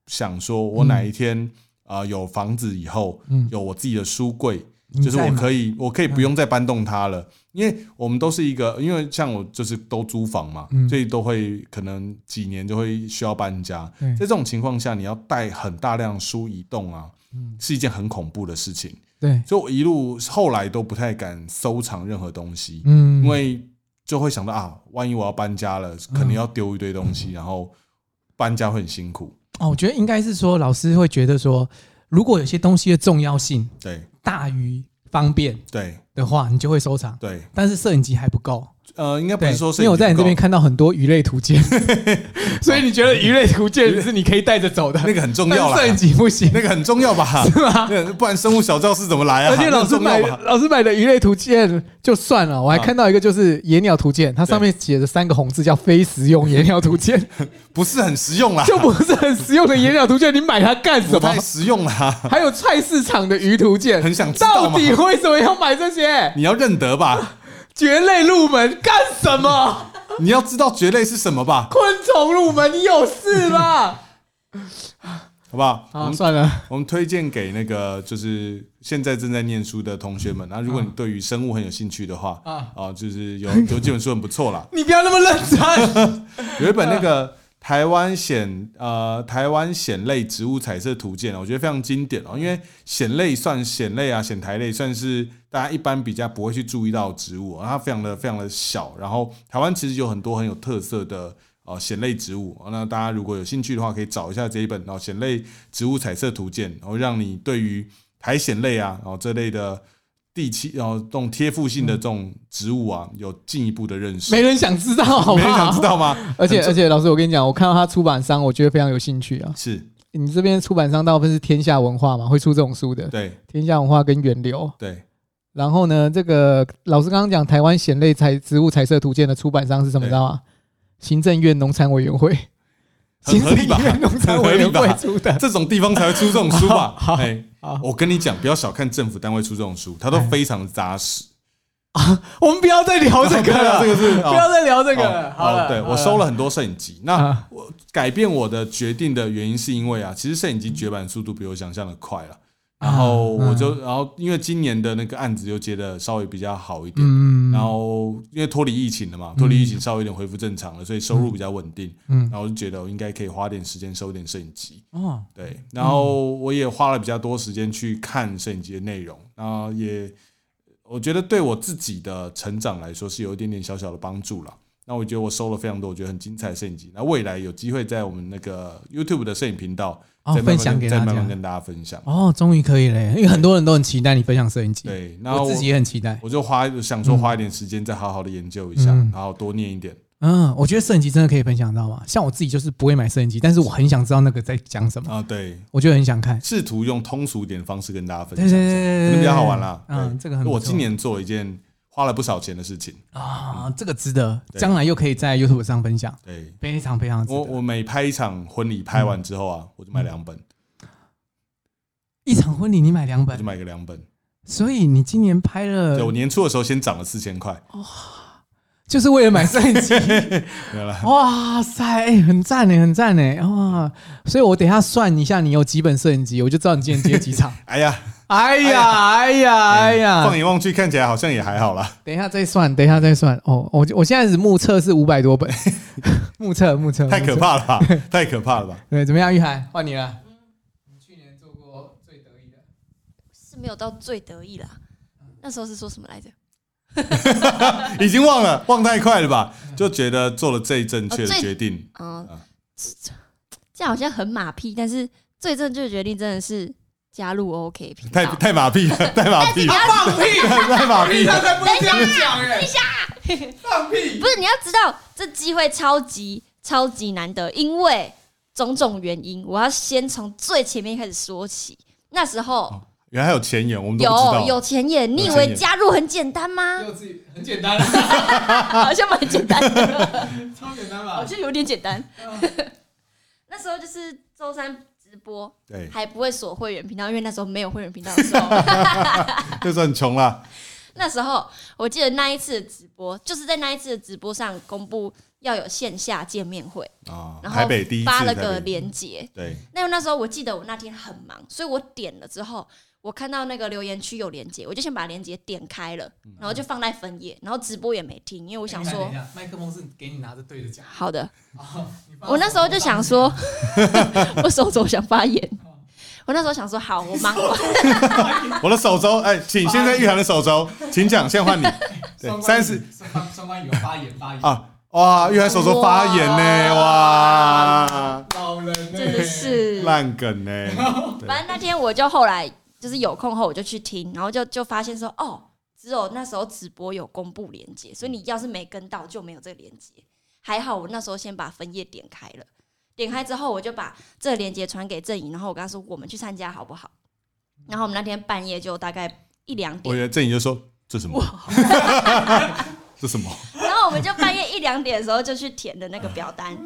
Speaker 1: 想说，我哪一天啊有房子以后
Speaker 2: 嗯，
Speaker 1: 有我自己的书柜，
Speaker 2: 你
Speaker 1: 就是
Speaker 2: 在嗯
Speaker 1: 我
Speaker 2: 吗
Speaker 1: 可以我可以不用再搬动它了，因为我们都是一个，因为像我就是都租房嘛，
Speaker 2: 嗯
Speaker 1: 所以都会可能几年就会需要搬家。
Speaker 2: 对
Speaker 1: 在这种情况下，你要带很大量书移动啊，
Speaker 2: 嗯
Speaker 1: 是一件很恐怖的事情。
Speaker 2: 对，
Speaker 1: 所以我一路后来都不太敢收藏任何东西，
Speaker 2: 嗯，
Speaker 1: 因为就会想到啊，万一我要搬家了，可能要丢一堆东
Speaker 2: 嗯
Speaker 1: 西，然后搬家会很辛苦。
Speaker 2: 哦，我觉得应该是说老师会觉得说，如果有些东西的重要性
Speaker 1: 对
Speaker 2: 大于方便
Speaker 1: 对
Speaker 2: 的话，你就会收藏。
Speaker 1: 对，
Speaker 2: 但是摄影机还不够，
Speaker 1: 呃，应该不
Speaker 2: 对，
Speaker 1: 是说摄
Speaker 2: 因为
Speaker 1: 影
Speaker 2: 我在
Speaker 1: 机
Speaker 2: 你
Speaker 1: 不
Speaker 2: 这边
Speaker 1: 够
Speaker 2: 看到很多鱼类图鉴， *laughs* 所以你觉得鱼类图鉴是你可以带着走的，
Speaker 1: *laughs* 那个很重
Speaker 2: *laughs* 但
Speaker 1: 要啦，哎
Speaker 2: 摄影机不行，
Speaker 1: 那个很重要吧？
Speaker 2: *laughs* 是吗？
Speaker 1: 对，不然生物小教室怎么来啊？
Speaker 2: 而且老师
Speaker 1: 那
Speaker 2: 买
Speaker 1: 重要吧
Speaker 2: 老师买的鱼类图鉴就算了，我还
Speaker 1: 啊
Speaker 2: 看到一个就是野鸟图鉴，它上面写着三个红字叫“非实用野鸟
Speaker 1: *laughs*
Speaker 2: 图鉴
Speaker 1: 不是很实用啦”，，
Speaker 2: 就不是很实用的野鸟图鉴，你买它干什
Speaker 1: 不
Speaker 2: 么
Speaker 1: 太？实用啦。
Speaker 2: 还有菜市场的鱼图鉴，
Speaker 1: 很想知道
Speaker 2: 到
Speaker 1: 嘛
Speaker 2: 底为什么要买这些
Speaker 1: 你要认得吧？
Speaker 2: 蕨类入门干什
Speaker 1: *laughs*
Speaker 2: 么？
Speaker 1: 你要知道蕨类是什么吧？
Speaker 2: 昆虫入门，你有事吗？
Speaker 1: 好不 *laughs* 好？我
Speaker 2: 啊，
Speaker 1: 们
Speaker 2: 算了，
Speaker 1: 我们推荐给那个就是现在正在念书的同学们。那啊如果你对于生物很有兴趣的话，
Speaker 2: 啊
Speaker 1: 啊，就是有有几本书很不错啦，
Speaker 2: 你不要那么
Speaker 1: *laughs*
Speaker 2: 认真。
Speaker 1: 有一本那个。台湾藓呃，台湾藓类植物彩色图鉴，我觉得非常经典哦。因为藓类算藓类啊，藓苔类算是大家一般比较不会去注意到的植物哦、然后它非常的非常的小。然后台湾其实有很多很有特色的呃藓类植物、哦那大家如果有兴趣的话，可以找一下这一本哦《藓类植物彩色图鉴》，然后让你对于苔藓类啊，然、后这类的地栖，然、后这种贴附性的这种植物啊，有进一步的认识。
Speaker 2: 没啊人想知道，好不
Speaker 1: 没人想知
Speaker 2: 好？
Speaker 1: 道
Speaker 2: *laughs*
Speaker 1: 吗？
Speaker 2: 而且
Speaker 1: 很
Speaker 2: 而且，老师，我跟你讲，我看到他出版商，我觉得非常有兴趣啊。
Speaker 1: 是
Speaker 2: 你这边出版商大部分是天下文化嘛，会出这种书的。
Speaker 1: 对
Speaker 2: 天下文化跟源流，
Speaker 1: 对，
Speaker 2: 然后呢，这个老师刚刚讲台湾藓类彩植物彩色图鉴的出版商是什么？
Speaker 1: 对
Speaker 2: 知道吗？行政院农产委员会，
Speaker 1: 很
Speaker 2: 行
Speaker 1: 合
Speaker 2: 政
Speaker 1: 理吧
Speaker 2: 院农产委员
Speaker 1: 很合理
Speaker 2: 会
Speaker 1: 吧
Speaker 2: 出的。
Speaker 1: 这种地方才会出这种书吧？
Speaker 2: *laughs* 好好
Speaker 1: 哎
Speaker 2: 好，
Speaker 1: 我跟你讲，不要小看政府单位出这种书，它都非常扎实。
Speaker 2: *laughs* 我们不要再聊这个了，
Speaker 1: 这个是
Speaker 2: 不要再聊这个
Speaker 1: 哦
Speaker 2: 了。好了，
Speaker 1: 哦对
Speaker 2: 好
Speaker 1: 我收了很多摄影机。那
Speaker 2: 啊
Speaker 1: 我改变我的决定的原因是因为啊，其实摄影机绝版速度比我想象的快了。然
Speaker 2: 啊
Speaker 1: 后我
Speaker 2: 嗯
Speaker 1: 就，然后因为今年的那个案子又接的稍微比较好一点，
Speaker 2: 嗯，
Speaker 1: 然后因为脱离疫情了嘛，脱离疫情稍微有点恢复正常了，所以收入比较稳定。
Speaker 2: 嗯
Speaker 1: 然后我就觉得我应该可以花点时间收一点摄影机。
Speaker 2: 哦，
Speaker 1: 对，然后我也花了比较多时间去看摄影机的内容，然后也我觉得对我自己的成长来说是有一点点小小的帮助了。那我觉得我收了非常多，我觉得很精彩的摄影机。那未来有机会在我们那个 YouTube 的摄影频道
Speaker 2: 哦
Speaker 1: 再慢慢跟
Speaker 2: 分享给
Speaker 1: 再
Speaker 2: 大家
Speaker 1: 慢慢跟大家分享。
Speaker 2: 哦，终于可以了耶，因为很多人都很期待你分享摄影机，
Speaker 1: 对，然后
Speaker 2: 我自己也很期待。
Speaker 1: 我就花想说花一点时间再好好的研究一下，
Speaker 2: 嗯
Speaker 1: 然后多念一点。
Speaker 2: 嗯，我觉得摄影机真的可以分享，知道吗？像我自己就是不会买摄影机，但是我很想知道那个在讲什么，
Speaker 1: 啊，对，
Speaker 2: 我就很想看。
Speaker 1: 试图用通俗一点的方式跟大家分
Speaker 2: 对
Speaker 1: 享
Speaker 2: 对
Speaker 1: 一下，
Speaker 2: 对
Speaker 1: 可
Speaker 2: 对
Speaker 1: 能
Speaker 2: 对，
Speaker 1: 比较好玩啦。
Speaker 2: 嗯，
Speaker 1: 对
Speaker 2: 这个很不错
Speaker 1: 我今年做了一件花了不少钱的事情。
Speaker 2: 啊，这个值得，
Speaker 1: 对
Speaker 2: 将来又可以在 YouTube 上分享，
Speaker 1: 对，
Speaker 2: 非常非常值
Speaker 1: 我
Speaker 2: 得。
Speaker 1: 我每拍一场婚礼，拍完之后啊，我就买两本，
Speaker 2: 一场婚礼你买两
Speaker 1: 我就
Speaker 2: 本，
Speaker 1: 买个两本。
Speaker 2: 所以你今年拍了
Speaker 1: 对，，我年初的时候先涨了四千块，
Speaker 2: 就是为了买摄影机。
Speaker 1: *laughs* 没有啦，
Speaker 2: 哇塞，哎很赞呢，很赞呢，哇！所以我等一下算一下你有几本摄影机，我就知道你今年接几
Speaker 1: *laughs*
Speaker 2: 场。
Speaker 1: 哎呀，
Speaker 2: 哎呀，哎呀，哎呀！
Speaker 1: 放眼望去看起来好像也还好啦。
Speaker 2: 等一下再算，等一下再算。哦，我我现在是目测是五百多本，目测目测
Speaker 1: 太可。
Speaker 2: 目测
Speaker 1: 怕 *laughs* 了吧，太可怕了吧？
Speaker 2: 对，怎么样，玉涵，换你了。你去年做过最得意的，
Speaker 3: 是没有到最得意啦。那时候是说什么来着？
Speaker 1: 已经忘了，忘太快了吧？就觉得做了最正确
Speaker 3: 哦
Speaker 1: 的
Speaker 3: 最
Speaker 1: 决定，
Speaker 3: 嗯
Speaker 1: 啊，
Speaker 3: 这这这样好像很马屁，但是最正确的决定真的是加入 OK 频
Speaker 1: 太
Speaker 3: 道。
Speaker 1: 太马屁
Speaker 3: *laughs*
Speaker 1: 了，太马屁，了，
Speaker 2: 放屁！
Speaker 1: 太马屁了。
Speaker 2: 才不会这样讲哎！等一下，放屁！
Speaker 3: 不是，你要知道这机会超级超级难得，因为种种原因，我要先从最前面开始说起。那时候
Speaker 1: 原来还有前哦言，我们都不知
Speaker 3: 有
Speaker 1: 道。
Speaker 3: 有钱眼，你以
Speaker 1: 有钱
Speaker 3: 为
Speaker 1: 眼
Speaker 3: 加入很简单
Speaker 2: *laughs*
Speaker 3: 吗？
Speaker 2: 幼稚，很简单，啊
Speaker 3: 好像蛮简单的，
Speaker 2: 超简单
Speaker 3: 好
Speaker 2: 吧？
Speaker 3: 像有点简单。嗯 *laughs* 那时候就是周三直播，
Speaker 1: 对，
Speaker 3: 还不会锁会员频道，因为那时候没有会员频道
Speaker 1: *laughs*
Speaker 3: 的时候。
Speaker 1: 就算穷啦，
Speaker 3: 那时候我记得那一次的直播，就是在那一次的直播上公布要有线下见面会，
Speaker 1: 啊，
Speaker 3: 然后
Speaker 1: 台北第一次
Speaker 3: 发了
Speaker 1: 台
Speaker 3: 个
Speaker 1: 北
Speaker 3: 链接。
Speaker 1: 对，
Speaker 3: 那那时候我记得我那天很忙，所以我点了之后，我看到那个留言区有链接，我就先把链接点开了，
Speaker 1: 嗯
Speaker 3: 然后就放在分页，然后直播也没听，因为我
Speaker 2: 我
Speaker 1: 哎
Speaker 3: 想说，
Speaker 2: 麦克风是给你拿着对着讲。
Speaker 3: 好的，
Speaker 2: 哦你放
Speaker 3: 我那时候就想说， *laughs* 我手肘想发炎
Speaker 2: 哦，
Speaker 3: 我那时候想说，好，我忙，
Speaker 1: 我的手肘，哎，请现在玉涵的手肘，请讲，先
Speaker 3: *laughs*
Speaker 1: 换你。对，
Speaker 2: 双关
Speaker 1: 三
Speaker 2: 语
Speaker 1: 十
Speaker 2: 双关双关语有发言发言
Speaker 1: 啊，哇，玉涵手肘发炎呢，哇，
Speaker 2: 老人呢
Speaker 3: 真的是
Speaker 1: 烂梗呢，
Speaker 3: *laughs*
Speaker 1: 对
Speaker 3: 反正那天我就后来就是有空后我就去听，然后就就发现说哦，只有那时候直播有公布链接，所以你要是没跟到就没有这个链接。还好我那时候先把分页点开了，点开之后我就把这个链接传给郑怡，然后我跟他说我们去参加好不好？然后我们那天半夜就大概一两
Speaker 1: 我
Speaker 3: 点
Speaker 1: 觉，得郑颖就说这什么？ *laughs* 这什么？
Speaker 3: 然后我们就半夜一两点的时候就去填的那个表单，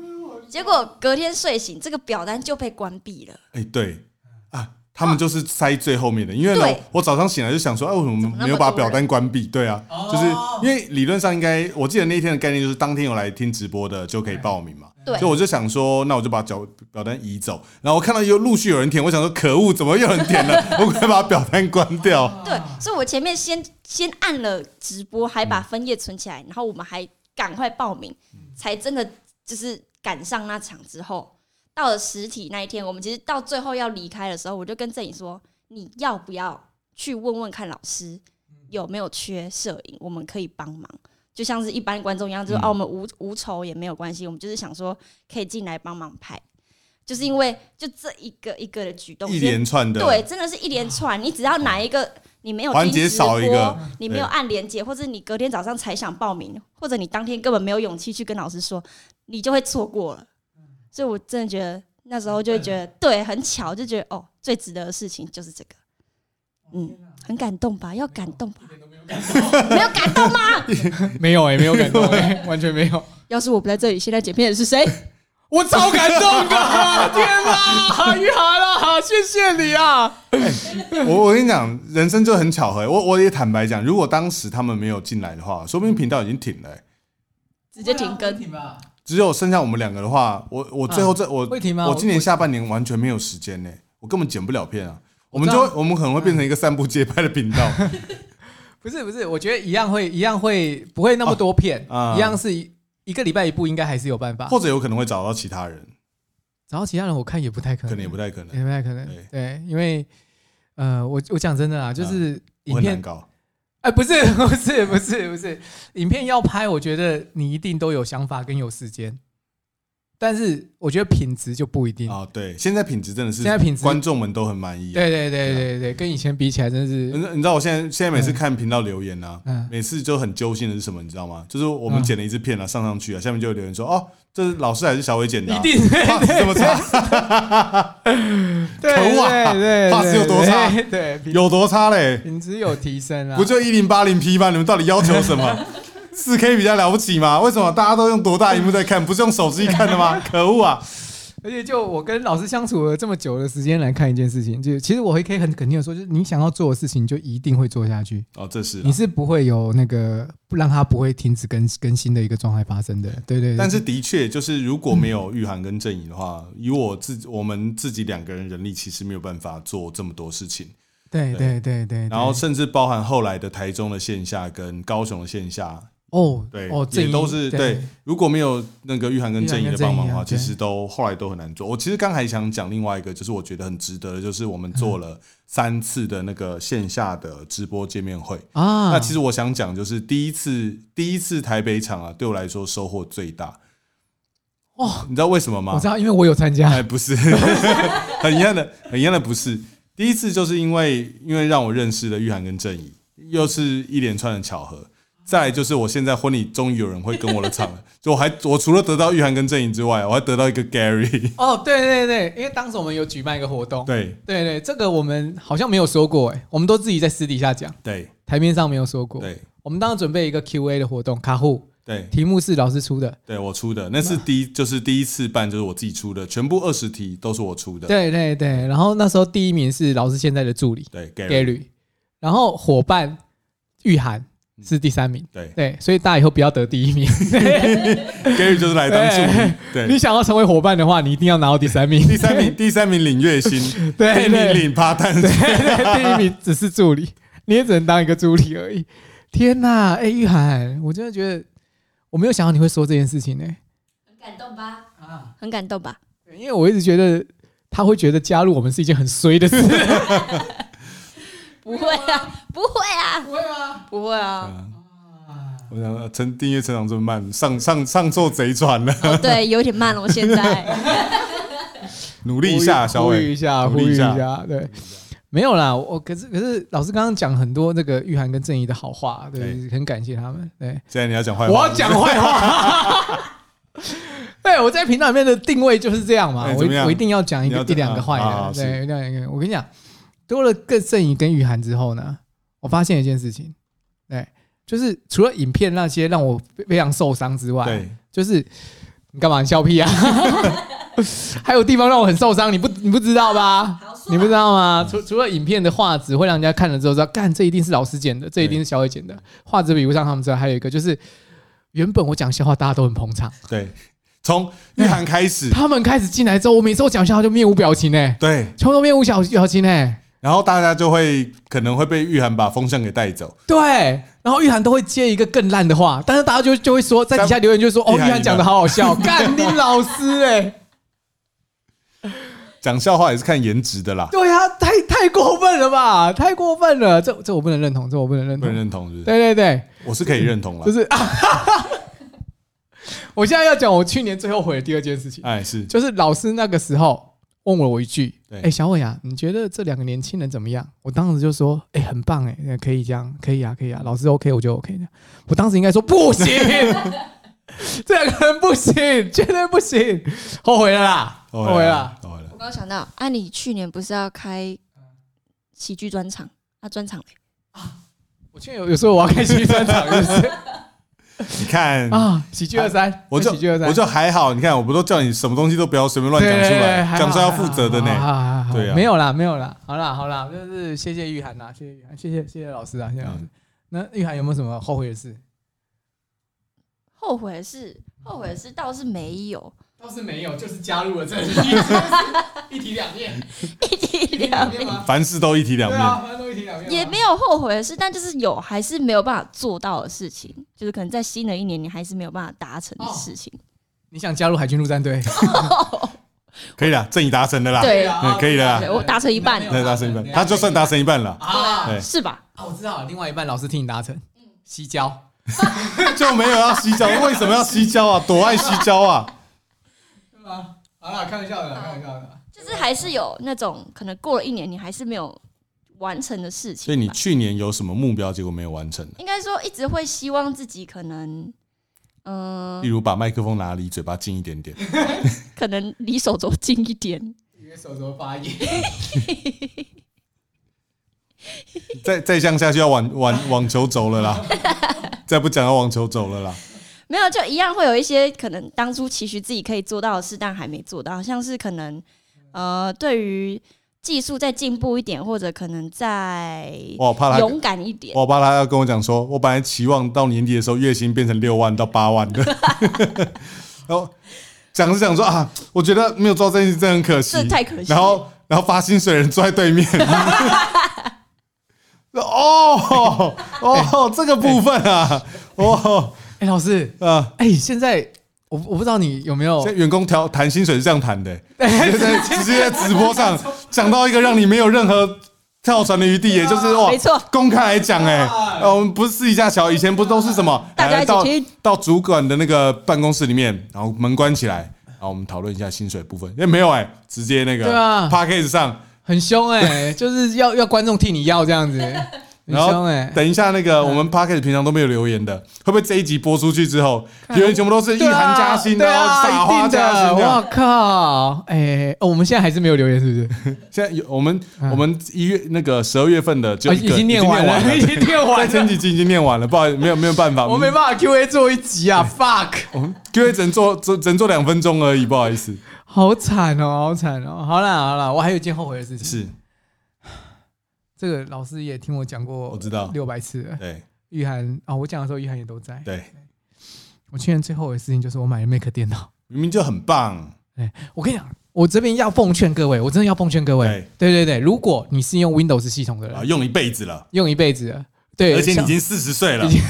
Speaker 3: 结果隔天睡醒，这个表单就被关闭了。
Speaker 1: 哎，对啊，他们就是塞最后面的，因为呢
Speaker 3: 对，
Speaker 1: 我早上醒来就想说，哎，为什
Speaker 3: 怎么
Speaker 1: 么
Speaker 3: 那么
Speaker 1: 没有把
Speaker 3: 多
Speaker 1: 表
Speaker 3: 人
Speaker 1: 单关闭？对啊，
Speaker 2: 哦
Speaker 1: 就是因为理论上应该，我记得那一天的概念就是当天有来听直播的就可以报名嘛。
Speaker 3: 对
Speaker 1: 所以我就想说，那我就把表表单移走，然后我看到又陆续有人填，我想说，可恶，怎么又有人填了？ *laughs* 我快把表单关掉。
Speaker 3: 对，所以我前面先先按了直播，还
Speaker 1: 嗯
Speaker 3: 把分页存起来，然后我们还赶快报名，才真的就是赶上那场之后，到了实体那一天，我们其实到最后要离开的时候，我就跟郑颖说，你要不要去问问看老师
Speaker 1: 嗯
Speaker 3: 有没有缺摄影，我们可以帮忙。就像是一般观众一样，就是、
Speaker 1: 嗯
Speaker 3: 哦，我们无无酬也没有关系，我们就是想说可以进来帮忙拍，就是因为就这一个一个的举动，
Speaker 1: 一连串的，
Speaker 3: 对，真的是一连串。你只要哪一个你没有
Speaker 1: 环
Speaker 3: 听
Speaker 1: 节
Speaker 3: 直
Speaker 1: 少一
Speaker 3: 播
Speaker 1: 个
Speaker 3: 你没有按连接，或者你隔天早上才想报名，或者你当天根本没有勇气去跟老师说，你就会错过了。所以我真的觉得那时候就会觉得对，很巧，就觉得哦，最值得的事情就是这个，嗯，很感动吧？要感动吧？ *laughs* 没有感动吗？
Speaker 2: 没有哎，没有感动哎，完全没有。
Speaker 3: 要是我不在这里，现在剪片的是谁？
Speaker 2: 我超感
Speaker 1: *laughs*
Speaker 2: 动的，天哪，玉涵啊，谢谢你啊！
Speaker 1: *laughs* 我我跟你讲，人生就很巧合。欸我我也坦白讲，如果当时他们没有进来的话，
Speaker 2: 嗯
Speaker 1: 说不定频道已经停了、欸
Speaker 3: 直接停更。
Speaker 2: 停吧。
Speaker 1: 只有剩下我们两个的话，我我最后这、我
Speaker 2: 嗯会停吗
Speaker 1: 我今年下半年完全没有时间呢、我根本剪不了片啊。我们
Speaker 2: 知
Speaker 1: 就
Speaker 2: 道嗯
Speaker 1: 会我们可能会变成一个散步街拍的频
Speaker 2: *laughs*
Speaker 1: 道，
Speaker 2: 不是不是，我觉得一样会一样会不会那么多片，
Speaker 1: 啊啊
Speaker 2: 一样是一一个礼拜一部，应该还是有办法。
Speaker 1: 或者有可能会找到其他人，
Speaker 2: 找到其他人，我看也不太可
Speaker 1: 可
Speaker 2: 能，
Speaker 1: 能也不太可能，
Speaker 2: 也不太可能
Speaker 1: 对。
Speaker 2: 对，因为呃，我我讲真的啊，就是
Speaker 1: 我
Speaker 2: 影
Speaker 1: 很难
Speaker 2: 片，
Speaker 1: 搞。
Speaker 2: 哎，不是 *laughs* 不是不是不是，影片要拍，我觉得你一定都有想法跟有时间，但是我觉得品质就不一定。
Speaker 1: 啊，对，现在品质真的是，
Speaker 2: 现在品质
Speaker 1: 观众们都很满意、啊。
Speaker 2: 对对对对对，跟以前比起来，真
Speaker 1: 你
Speaker 2: 是
Speaker 1: 知，你知道我现在现在每次看频道留言啊， *laughs*
Speaker 2: 嗯
Speaker 1: 每次就很揪心的是什么，你知道吗？就是我们剪了一支片啊，上上去啊，下面就有留言说，哦，这是老师还是小伟剪的、啊？
Speaker 2: 一
Speaker 1: *laughs*
Speaker 2: 定
Speaker 1: 画质这么
Speaker 2: *laughs*
Speaker 1: 差，
Speaker 2: 对
Speaker 1: 头啊
Speaker 2: 对
Speaker 1: *laughs*
Speaker 2: 对，
Speaker 1: 画质有多差
Speaker 2: 对对，品
Speaker 1: 有多差嘞？
Speaker 2: 品质有提升啊。
Speaker 1: 不就一零八零 P 吗？你们到底要求什
Speaker 2: *laughs*
Speaker 1: 么？四 K 比较了不起吗？为什么大家都用多大荧幕在看，不是用手机看的
Speaker 2: *laughs*
Speaker 1: 吗？可恶啊！
Speaker 2: 而且就我跟老师相处了这么久的时间来看一件事情，就其实我也可以很肯定的说，就是你想要做的事情，就一定会做下去，
Speaker 1: 哦，这是啊、
Speaker 2: 你是不会有那个不让它不会停止更更新的一个状态发生的。对对对，
Speaker 1: 但是的确，就是如果没有玉涵跟郑颖的话，以我自我们自己两个人人力，其实没有办法做这么多事情。
Speaker 2: 对对对对，
Speaker 1: 然后甚至包含后来的台中的线下跟高雄的线下，
Speaker 2: 哦
Speaker 1: 对，
Speaker 2: 哦，
Speaker 1: 也
Speaker 2: 这
Speaker 1: 都是对。如果没有那个玉涵跟郑怡的帮忙的话，
Speaker 2: 啊玉涵跟郑怡啊
Speaker 1: 其
Speaker 2: 对
Speaker 1: 实都后来都很难做。我其实刚还想讲另外一个，就是我觉得很值得的，就是我们做
Speaker 2: 嗯
Speaker 1: 了三次的那个线下的直播见面会。
Speaker 2: 啊，
Speaker 1: 那其实我想讲，就是第一次第一次台北场啊，对我来说收获最大。
Speaker 2: 哦，
Speaker 1: 你知道为什么吗？ *laughs*
Speaker 2: 我知道，因为我有参加
Speaker 1: 哎，不是，很遗憾的，很遗憾的不是。第一次就是因为因为让我认识了玉涵跟郑怡，又是一连串的巧合。再来就是我现在婚礼终于有人会跟我的场了， *laughs* 就我还我除了得到玉涵跟郑怡之外，我还得到一个
Speaker 2: *laughs*
Speaker 1: Gary。
Speaker 2: 哦，对对对，因为当时我们有举办一个活动，
Speaker 1: 对
Speaker 2: 对对，这个我们好像没有说过，哎，我们都自己在私底下讲，
Speaker 1: 对
Speaker 2: 台面上没有说过。
Speaker 1: 对
Speaker 2: 我们当时准备一个 Q&A 的活动，卡户
Speaker 1: 对
Speaker 2: 题目是老师出的，
Speaker 1: 对，我出的那是第一，就是第一次办，就是我自己出的，全部二十题都是我出的。
Speaker 2: 对对对。然后那时候第一名是老师现在的助理
Speaker 1: 对 Gary，
Speaker 2: Gary，然后伙伴玉涵是第三名。
Speaker 1: 嗯对
Speaker 2: 对，所以大家以后不要得第一名。
Speaker 1: Gary 就是来当助理。 *laughs* 对，
Speaker 2: 你想要成为伙伴的话，你一定要拿到第三名。
Speaker 1: 第三名，第三名领月薪，
Speaker 2: *laughs* 对
Speaker 1: 第一名
Speaker 2: 对
Speaker 1: 领趴蛋。
Speaker 2: 对，第一名只是助理，你也只能当一个助理而已。天呐，哎、玉涵，我真的觉得我没有想到你会说这件事情哎呢、
Speaker 3: 很感动吧？
Speaker 2: 啊，
Speaker 3: 很感动吧？
Speaker 2: 因为我一直觉得他会觉得加入我们是一件很
Speaker 1: *laughs*
Speaker 2: 衰的事，
Speaker 3: 不会啊，不会啊，
Speaker 2: 不会吗？
Speaker 3: 不会啊！
Speaker 1: 啊我想说成订阅成长这么慢，上上上坐贼船了，
Speaker 3: 哦，对，有点慢了，我现在
Speaker 1: 努力一下，小
Speaker 2: 呼吁
Speaker 1: 伟
Speaker 2: 一。下，
Speaker 1: 努
Speaker 2: 呼
Speaker 1: 力
Speaker 2: 吁
Speaker 1: 一
Speaker 2: 一
Speaker 1: 下
Speaker 2: 下，对。没有啦，我可是可是老师刚刚讲很多那个玉涵跟正义的好话，对，很感谢他们。对，
Speaker 1: 现在你要讲坏话，
Speaker 2: 我要讲坏话。
Speaker 1: *laughs*
Speaker 2: 对，我在频道里面的定位就是这样嘛，
Speaker 1: 哎
Speaker 2: 我
Speaker 1: 怎么
Speaker 2: 一
Speaker 1: 样
Speaker 2: 我一定要讲一
Speaker 1: 你
Speaker 2: 个
Speaker 1: 要
Speaker 2: 一两个坏的，
Speaker 1: 啊啊
Speaker 2: 对，一两个。我跟你讲，多了更正义跟雨涵之后呢，我发现一件事情，对，就是除了影片那些让我非非常受伤之外，
Speaker 1: 对，
Speaker 2: 就是你干嘛你笑屁啊？ *laughs* 还有地方让我很受伤，你不你不知道吧？
Speaker 3: 好说吧啊
Speaker 2: 你不知道吗？除除了影片的画质会让人家看了之后知道，干这一定是老师剪的，这一定是小伟剪的，画质比不上他们之外，还有一个就是，原本我讲笑话大家都很捧场，
Speaker 1: 对，从玉涵开始，
Speaker 2: 他们开始进来之后，我每次我讲笑话就面无表情哎、
Speaker 1: 对，
Speaker 2: 全部都面无小表情哎、
Speaker 1: 然后大家就会可能会被玉涵把风向给带走，
Speaker 2: 对，然后玉涵都会接一个更烂的话，但是大家就就会说在底下留言就说哦，
Speaker 1: 玉
Speaker 2: 玉
Speaker 1: 涵
Speaker 2: 涵讲的好好笑，干你老师哎、
Speaker 1: 讲笑话也是看颜值的啦，
Speaker 2: 对呀、太太过分了吧，太过分了，这这我不能认同，这我不能认
Speaker 1: 不能
Speaker 2: 同，
Speaker 1: 认同是不是？
Speaker 2: 对对对，
Speaker 1: 我是可以认同啦
Speaker 2: 就。是啊，我现在要讲我去年最后悔的第二件事情，
Speaker 1: 哎，是
Speaker 2: 就是老师那个时候问了我一句：“
Speaker 1: 对
Speaker 2: 哎、小伟啊，你觉得这两个年轻人怎么样？”我当时就说：“哎、很棒哎、呃可以这样，可以啊，可以啊，老师 OK，我就 OK 的。”我当时应该说：“
Speaker 1: *laughs*
Speaker 2: 不行，这两个人不行，绝对不行，后悔了啦，后悔了。，
Speaker 1: 后哦悔了
Speaker 3: 我。刚想到，啊，你去年不是要开喜剧专场？啊，专场嘞？
Speaker 2: 我去年有有时候我要开喜剧专场，
Speaker 1: *laughs*
Speaker 2: 是不是
Speaker 1: 你看，
Speaker 2: 啊？喜剧二三，
Speaker 1: 我就
Speaker 2: 喜剧二三，
Speaker 1: 我就还好，你看，我不都叫你什么东西都不要随便乱讲出来，讲出来要负责的呢。
Speaker 2: 呢
Speaker 1: 对啊
Speaker 2: 没有啦，没有啦，好啦，好啦，就是谢谢玉涵啦，谢谢玉涵，谢谢谢谢老师啊，谢谢老师
Speaker 1: 嗯。
Speaker 2: 那玉涵有没有什么后悔的事？
Speaker 3: 后悔的是，后悔的是倒是没 *laughs* 有，
Speaker 2: 倒是没有，就是加入了这里， *laughs* 一体两面，
Speaker 3: 一体两面。
Speaker 2: 吗？
Speaker 1: 凡事都一体两面，，
Speaker 2: 反正都一体两啊
Speaker 3: 也没有后悔的事，但就是有还是没有办法做到的事情，就是可能在新的一年你还是没有办法达成的事情。
Speaker 2: 你想加入海军陆战 *laughs* 队？
Speaker 1: 可以了，正义达成的啦。
Speaker 3: 对
Speaker 1: 嗯可以的啊
Speaker 3: 对我达成一半
Speaker 1: 那达成一半，他就算达成一半了，
Speaker 2: 啊
Speaker 1: 对
Speaker 3: 是吧？
Speaker 2: 啊！我知道了，另外一半老师替你达成，西郊
Speaker 1: 就没有要吸胶，为什么要吸胶啊？多爱吸胶啊！
Speaker 2: 是吗？啊好啦，开玩笑的，开玩笑的。
Speaker 3: 就是还是有那种可能过了一年你还是没有完成的事情
Speaker 1: *laughs*
Speaker 3: 吧。
Speaker 1: 所以你去年有什么目标，结果没有完成的？
Speaker 3: 应该说一直会希望自己可能，嗯、
Speaker 1: 例如把麦克风拿离嘴巴近一点点，
Speaker 3: 可能离手肘近一点。
Speaker 2: 因为手肘发炎，
Speaker 1: 再再这样下去要往往网球走了啦，再不讲要网球走了啦。
Speaker 3: 没有，就一样会有一些可能当初期许自己可以做到的事，但还没做到，像是可能呃，对于技术再进步一点，或者可能再
Speaker 1: 我好怕他，
Speaker 3: 勇敢一点。
Speaker 1: 我好怕他要跟我讲说，我本来期望到年底的时候月薪变成六万到八万
Speaker 3: *laughs*
Speaker 1: 的，然后讲是讲说啊，我觉得没有做到这件事真的很可惜
Speaker 3: 这，太可惜了。
Speaker 1: 然后然后发薪水的人坐在对面。 *laughs* 说哦
Speaker 3: *laughs* 哎
Speaker 1: 哦，这个部分啊，哦
Speaker 2: 哎，老师，
Speaker 1: 啊，
Speaker 2: 哎，现在我我不知道你有没有
Speaker 1: 现在员工调谈薪水是这样谈
Speaker 2: *laughs*
Speaker 1: 的，直接在直接在直播上讲到一个让你没有任何跳船的余
Speaker 2: 啊
Speaker 1: 地，也就是哇
Speaker 3: 没，错，
Speaker 1: 公开来讲哎，呃我们不是私底下小，以前不都是什么，
Speaker 3: 大家
Speaker 1: 来
Speaker 3: 一起
Speaker 1: 到
Speaker 3: 去
Speaker 1: 到主管的那个办公室里面，然后门关起来，然后我们讨论一下薪水部分，哎，没有哎，直接那个
Speaker 2: 对啊
Speaker 1: p a c k a g e 上
Speaker 2: 很凶哎、 *laughs* 就是要要观众替你要这样 *laughs* 子，很
Speaker 1: 然后
Speaker 2: 凶哎、
Speaker 1: 等一下，那个我们 p o c k e t 平常都没有留言的，会不会这一集播出去之后，
Speaker 2: 看
Speaker 1: 留言全部都是一
Speaker 2: 对啊
Speaker 1: 涵加薪，
Speaker 2: 对
Speaker 1: 然后
Speaker 2: 啊
Speaker 1: 撒花
Speaker 2: 一定
Speaker 1: 加
Speaker 2: 的
Speaker 1: 薪这
Speaker 2: 我
Speaker 1: 样？
Speaker 2: 靠！哎、哦我们现在还是没有留言，是不
Speaker 1: 现在有我们
Speaker 2: 嗯？
Speaker 1: 我们一月那个十二月份的就是一个
Speaker 2: 啊已经念完了， *laughs* 已经念
Speaker 1: 在
Speaker 2: 完
Speaker 1: 前
Speaker 2: 了，
Speaker 1: 几集已经念完了，不好意思，没有没有办法，
Speaker 2: 我没办法 Q A 做一集啊，fuck！
Speaker 1: 就会只能做只只能做两分钟而已，不好意思。
Speaker 2: 好惨哦，好惨哦！好啦好啦，我还有一件后悔的事情，
Speaker 1: 是，
Speaker 2: 这个老师也听我讲过，
Speaker 1: 我知道
Speaker 2: 六百次了。
Speaker 1: 对
Speaker 2: 玉涵啊、我讲的时候玉涵也都在。
Speaker 1: 对，
Speaker 2: 我去年最后悔的事情就是我买了 Mac 电脑。
Speaker 1: 明明就很棒，
Speaker 2: 哎我跟你讲，我这边要奉劝各位，我真的要奉劝各位，对对对，如果你是用 Windows 系统的
Speaker 1: 哎啊，
Speaker 2: 人，
Speaker 1: 用一辈子了，
Speaker 2: 用一辈子了，对，
Speaker 1: 而且你已
Speaker 2: 像
Speaker 1: 经四十岁了 *laughs*
Speaker 2: 已经，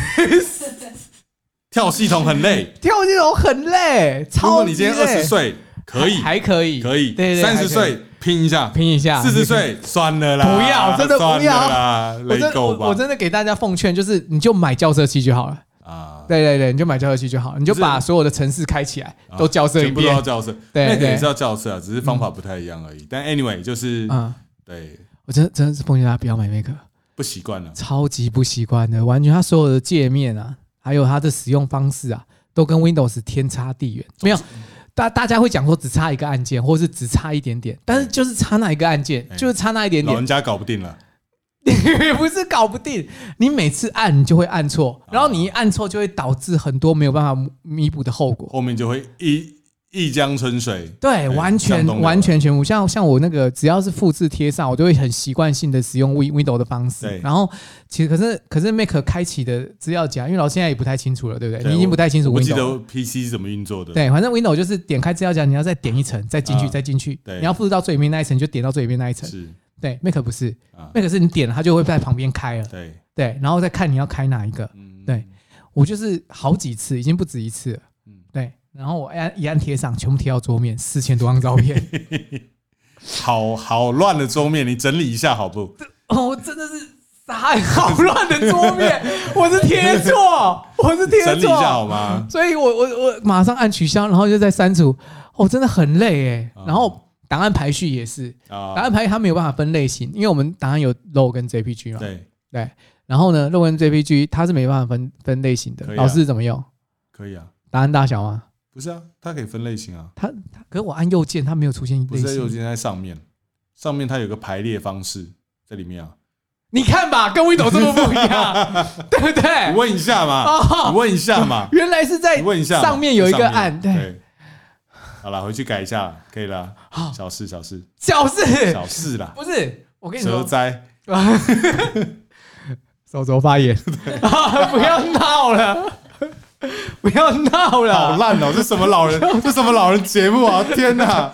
Speaker 1: 跳系统很累。
Speaker 2: 跳这种很累，
Speaker 1: 如
Speaker 2: 超
Speaker 1: 果
Speaker 2: 级
Speaker 1: 你今天
Speaker 2: 累
Speaker 1: 二十岁，可以
Speaker 2: 还还可以，
Speaker 1: 可以，
Speaker 2: 对对，
Speaker 1: 三
Speaker 2: 还可
Speaker 1: 十
Speaker 2: 以
Speaker 1: 岁拼一下，
Speaker 2: 拼一下，
Speaker 1: 四十岁算了啦，
Speaker 2: 不要真的不要
Speaker 1: 算了啦，
Speaker 2: 我真
Speaker 1: 累
Speaker 2: 的我
Speaker 1: 够吧？
Speaker 2: 我真的给大家奉劝，就是你就买校色器就好了。
Speaker 1: 啊，
Speaker 2: 对对对，你就买校色器就好了，你就
Speaker 1: 不是
Speaker 2: 把所有的城市开起来，
Speaker 1: 啊
Speaker 2: 都校色一
Speaker 1: 全部都要
Speaker 2: 遍。
Speaker 1: 校色，
Speaker 2: 对
Speaker 1: 那个也
Speaker 2: 对
Speaker 1: 是要校色啊，只是方法不太一样而已。但 anyway 就是
Speaker 2: 嗯，
Speaker 1: 对
Speaker 2: 我真的真的是奉劝大家不要买 Mac，
Speaker 1: 不习惯了，
Speaker 2: 超级不习惯的，完全它所有的界面啊，还有它的使用方式啊，都跟 Windows 天差地远。没有，大大家会讲说只差一个按键，或是只差一点点，但是就是差那一个按键
Speaker 1: 哎，
Speaker 2: 就是差那一点
Speaker 1: 老
Speaker 2: 点 *laughs*
Speaker 1: 人，家搞不定了。
Speaker 2: 不是搞不定。你每次按你就会按错，
Speaker 1: 啊
Speaker 2: 然后你一按错就会导致很多没有办法弥补的后果。
Speaker 1: 后面就会一一江春水。
Speaker 2: 对，完全
Speaker 1: 向哎东流
Speaker 2: 完全全无。像像我那个，只要是复制贴上，我都会很习惯性的使用 Win Window 的方式
Speaker 1: 对。
Speaker 2: 然后其实可是可是 Mac 开启的资料夹，因为老师现在也不太清楚了，对不对？
Speaker 1: 对
Speaker 2: 你已经不太清楚
Speaker 1: 我不记得
Speaker 2: Window。
Speaker 1: PC 是怎么运作的。
Speaker 2: 对，反正 Window 就是点开资料夹，你要再点一层，再进去，
Speaker 1: 啊
Speaker 2: 再进去。
Speaker 1: 对
Speaker 2: 你要复制到最里面那一层，你就点到最里面那一层。
Speaker 1: 是
Speaker 2: 对，Mac 不是
Speaker 1: 啊，
Speaker 2: ，Mac 是你点了，它就会在旁边开了。
Speaker 1: 对，
Speaker 2: 对，然后再看你要开哪一个。
Speaker 1: 嗯
Speaker 2: 对，我就是好几次，已经不止一次了
Speaker 1: 嗯。
Speaker 2: 对，然后我按一按贴上，全部贴到桌面，四千多张照片。
Speaker 1: 好好乱的桌面，你整理一下好不？
Speaker 2: 哦，我真的是啥好乱的桌
Speaker 1: *laughs*
Speaker 2: 面，我是贴错，我是贴
Speaker 1: 整理一下哦好
Speaker 2: 错，
Speaker 1: 吗？
Speaker 2: 所以我我我马上按取消，然后就再删除，哦，真的很累哎
Speaker 1: 啊。
Speaker 2: 然后档案排序也是，档
Speaker 1: 啊，
Speaker 2: 案排序它没有办法分类型，因为我们档案有 RAW 跟 JPG 嘛，
Speaker 1: 对，
Speaker 2: 对。然后呢，RAW 跟 JPG 它是没办法分分类型的
Speaker 1: 可以，啊
Speaker 2: 老师怎么用？
Speaker 1: 可以啊，
Speaker 2: 档案大小吗？
Speaker 1: 不是啊，它可以分类型啊，
Speaker 2: 它它可是我按右键，它没有出现
Speaker 1: 不
Speaker 2: 类
Speaker 1: 是在右
Speaker 2: 型。
Speaker 1: 键在上面，上面它有个排列方式在里面啊，
Speaker 2: 你看吧，跟 Windows 这么不
Speaker 1: *laughs*
Speaker 2: 一样，对不
Speaker 1: 你
Speaker 2: 对？
Speaker 1: 问一下嘛，
Speaker 2: 哎哦
Speaker 1: 你，问一下嘛，
Speaker 2: 原来是在
Speaker 1: 你问一下嘛，
Speaker 2: 哎上面有一个
Speaker 1: 在上面
Speaker 2: 按，对，
Speaker 1: 对。好了，回去改一下，可以了。
Speaker 2: 好
Speaker 1: 小事，小事，
Speaker 2: 小事
Speaker 1: 小事啦。
Speaker 2: 不是，我跟你
Speaker 1: 蛇
Speaker 2: 说，
Speaker 1: 灾，
Speaker 2: 手肘发 *laughs* 炎，啊不要闹了， *laughs* 不要闹
Speaker 1: 好
Speaker 2: 了，
Speaker 1: 烂哦！这什么老
Speaker 2: *laughs*
Speaker 1: 人，这什么老人节目啊！天哪！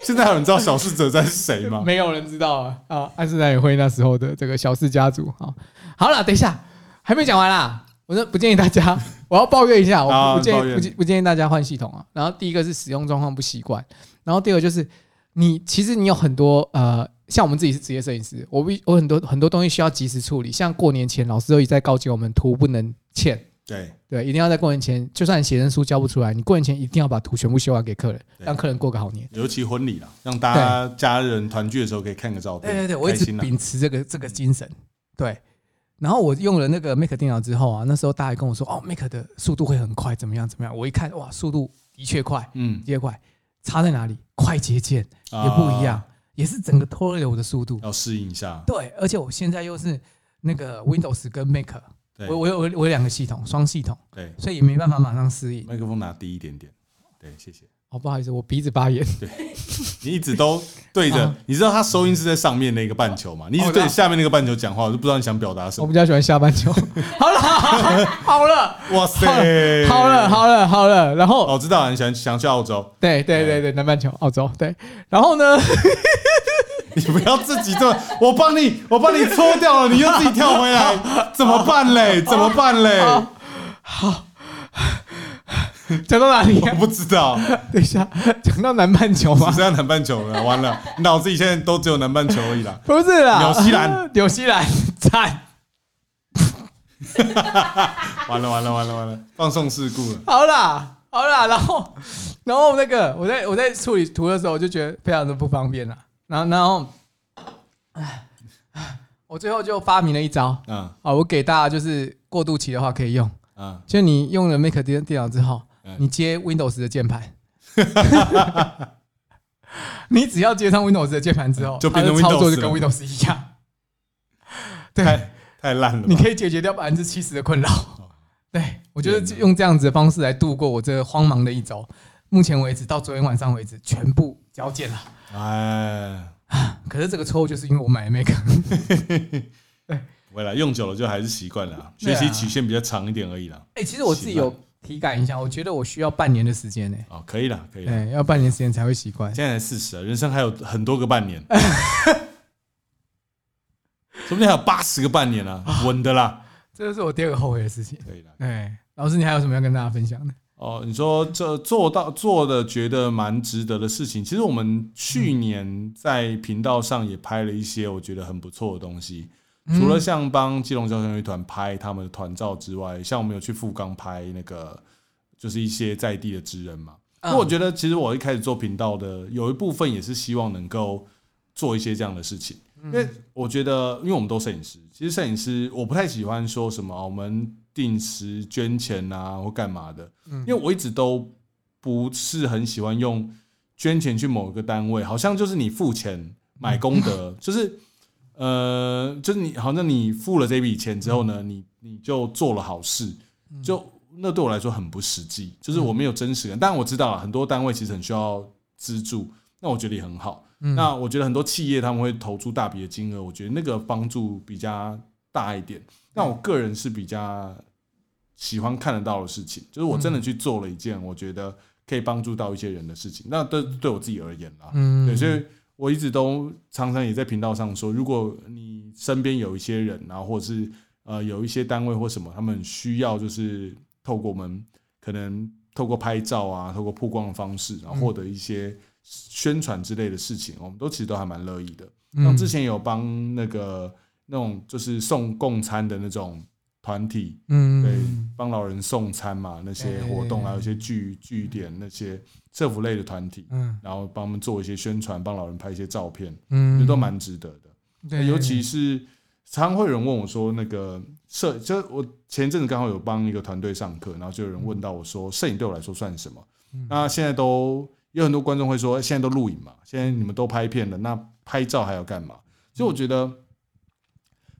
Speaker 1: 现在还有人知道小事者在是谁吗？
Speaker 2: 没有人知道啊啊！安室奈美惠那时候的这个小氏家族啊，好了，等一下还没讲完啦，我说不建议大 *laughs* 家，我要抱怨一下，
Speaker 1: 好
Speaker 2: 我不建
Speaker 1: 啊抱
Speaker 2: 议
Speaker 1: 怨
Speaker 2: 不建不建议大家换系统啊。然后第一个是使用状况不习惯，然后第二个就是你其实你有很多呃。像我们自己是职业摄影师，我必我很多很多东西需要及时处理。像过年前，老师都一再告诫我们图不能欠，
Speaker 1: 对，
Speaker 2: 对，一定要在过年前，就算你写真书交不出来，你过年前一定要把图全部修完给客人，
Speaker 1: 对
Speaker 2: 让客人过个好年。
Speaker 1: 尤其婚礼啦，让大家家人团聚的时候可以看个照片。
Speaker 2: 对对对，我一直
Speaker 1: 开心啊啦
Speaker 2: 秉持这个这个精神。对，然后我用了那个 Mac 电脑之后啊，那时候大家还跟我说，哦，Mac 的速度会很快，怎么样怎么样？我一看，哇，速度的确快，
Speaker 1: 嗯
Speaker 2: 的，确快，差在哪里？快捷键也不一样
Speaker 1: 啊，，哦
Speaker 2: 也是整个拖累了我的速度。
Speaker 1: 要适应一下。
Speaker 2: 对，而且我现在又是那个 Windows 跟 Mac，
Speaker 1: 对
Speaker 2: 我，我有我有两个系统，双系统，
Speaker 1: 对，
Speaker 2: 所以也没办法马上适应。
Speaker 1: 麦克风拿低一点点。对，谢谢。
Speaker 2: 哦，不好意思，我鼻子发炎。
Speaker 1: 你一直
Speaker 2: *laughs*
Speaker 1: 都对着
Speaker 2: 啊，哦
Speaker 1: 你知道他收音是在上面那个半球嘛？你一直对着下面那个半球讲话，我就不知道你想表达什
Speaker 2: 我
Speaker 1: 么。
Speaker 2: 比较喜欢下
Speaker 1: *laughs*
Speaker 2: 半球。好了，好了，
Speaker 1: 哇塞，
Speaker 2: 好了，，好了，好了。然后，
Speaker 1: 我知道你想想去澳洲， *laughs*
Speaker 2: 对对对对，南半球，澳洲，对。然后呢？ *laughs*
Speaker 1: 你不要自己做，我帮你，我帮你搓掉了，你又自己跳回来，怎么办嘞？怎么办嘞？
Speaker 2: 好讲到哪里
Speaker 1: 我
Speaker 2: 啊？
Speaker 1: 不知
Speaker 2: *laughs*
Speaker 1: 道，
Speaker 2: 等一下，讲到南半球
Speaker 1: 我
Speaker 2: 吗
Speaker 1: 只？要南半球了，完了，脑子里现在都只有南半球而已啦。
Speaker 2: 不是啦，
Speaker 1: 纽西兰，
Speaker 2: *laughs* 纽西兰，赞。
Speaker 1: 完了完了完了完了，放送事故了。
Speaker 2: 好啦，好啦，然后，然后那个我在我在处理图的时候，我就觉得非常的不方便啦。然后，然后我最后就发明了一招
Speaker 1: 嗯
Speaker 2: 啊，我给大家就是过渡期的话可以用，
Speaker 1: 嗯，
Speaker 2: 就你用了 Mac 电电脑之后
Speaker 1: 嗯，
Speaker 2: 你接 Windows 的键盘， *laughs* 你只要接上 Windows 的键盘之后，
Speaker 1: 就变成
Speaker 2: 它的操作
Speaker 1: Windows
Speaker 2: 就跟 Windows 一样。对，
Speaker 1: 太太烂了哦
Speaker 2: 你
Speaker 1: 吧，
Speaker 2: 可以解决掉百分之七十的困扰。对我就是用这样子的方式来度过我这荒茫的一周。目前为止，到昨天晚上为止，全部交件了。
Speaker 1: 哎，
Speaker 2: 可是这个错误就是因为我买了 Mac， *laughs*
Speaker 1: 不会啦，用久了就还是习惯了啊，
Speaker 2: 对
Speaker 1: 学
Speaker 2: 啊
Speaker 1: 习曲线比较长一点而已啦。
Speaker 2: 哎、其实我自己有体感一下，我觉得我需要半年的时间呢、哎
Speaker 1: 哦，可以啦，可以啦，
Speaker 2: 对，要半年时间才会习惯。
Speaker 1: 现在才四十啊，人生还有很多个半年， *laughs* 说不定还有八十个半年呢，稳的啦，
Speaker 2: 这就是我第二个后悔的事情。
Speaker 1: 可以啦。
Speaker 2: 对，哎老师，你还有什么要跟大家分享的？
Speaker 1: 哦，你说这做到做的觉得蛮值得的事情，其实我们去年在频道上也拍了一些我觉得很不错的东西，除了像帮基隆交响乐团拍他们的团照之外，像我们有去富冈拍那个就是一些在地的职人嘛。
Speaker 2: 嗯
Speaker 1: 那、我觉得其实我一开始做频道的有一部分也是希望能够做一些这样的事情，因为我觉得，因为我们都摄影师，其实摄影师我不太喜欢说什么哦我们定时捐钱啊或干嘛的，
Speaker 2: 嗯
Speaker 1: 因为我一直都不是很喜欢用捐钱去某个单位，好像就是你付钱买功德，就是呃，就是你好像你付了这笔钱之后呢，你你就做了好事，就那对我来说很不实际，就是我没有真实感。但我知道啊很多单位其实很需要资助，那我觉得也很好。
Speaker 2: 嗯
Speaker 1: 那我觉得很多企业他们会投出大笔的金额，我觉得那个帮助比较大一点。那我个人是比较喜欢看得到的事情，就是我
Speaker 2: 嗯
Speaker 1: 真的去做了一件我觉得可以帮助到一些人的事情。那对对我自己而言啦，
Speaker 2: 嗯
Speaker 1: 对，所以我一直都常常也在频道上说，如果你身边有一些人啊，或者是呃有一些单位或什么，他们需要就是透过我们可能透过拍照啊，透过曝光的方式，然后
Speaker 2: 嗯
Speaker 1: 获得一些宣传之类的事情，我们都其实都还蛮乐意的。
Speaker 2: 嗯
Speaker 1: 像之前有帮那个那种就是送供餐的那种团体，
Speaker 2: 嗯
Speaker 1: 对，帮老人送餐嘛，那些活动啊，有一些据据点那些社福类的团体，
Speaker 2: 嗯
Speaker 1: 然后帮他们做一些宣传，帮老人拍一些照片，
Speaker 2: 嗯
Speaker 1: 这都蛮值得的。
Speaker 2: 对，
Speaker 1: 尤其是常常会有人问我说，那个摄，就我前一阵子刚好有帮一个团队上课，然后就有人
Speaker 2: 嗯
Speaker 1: 问到我说，摄影对我来说算什么？那现在都有很多观众会说，现在都录影嘛，现在你们都拍片了，那拍照还要干嘛？所
Speaker 2: 嗯
Speaker 1: 以我觉得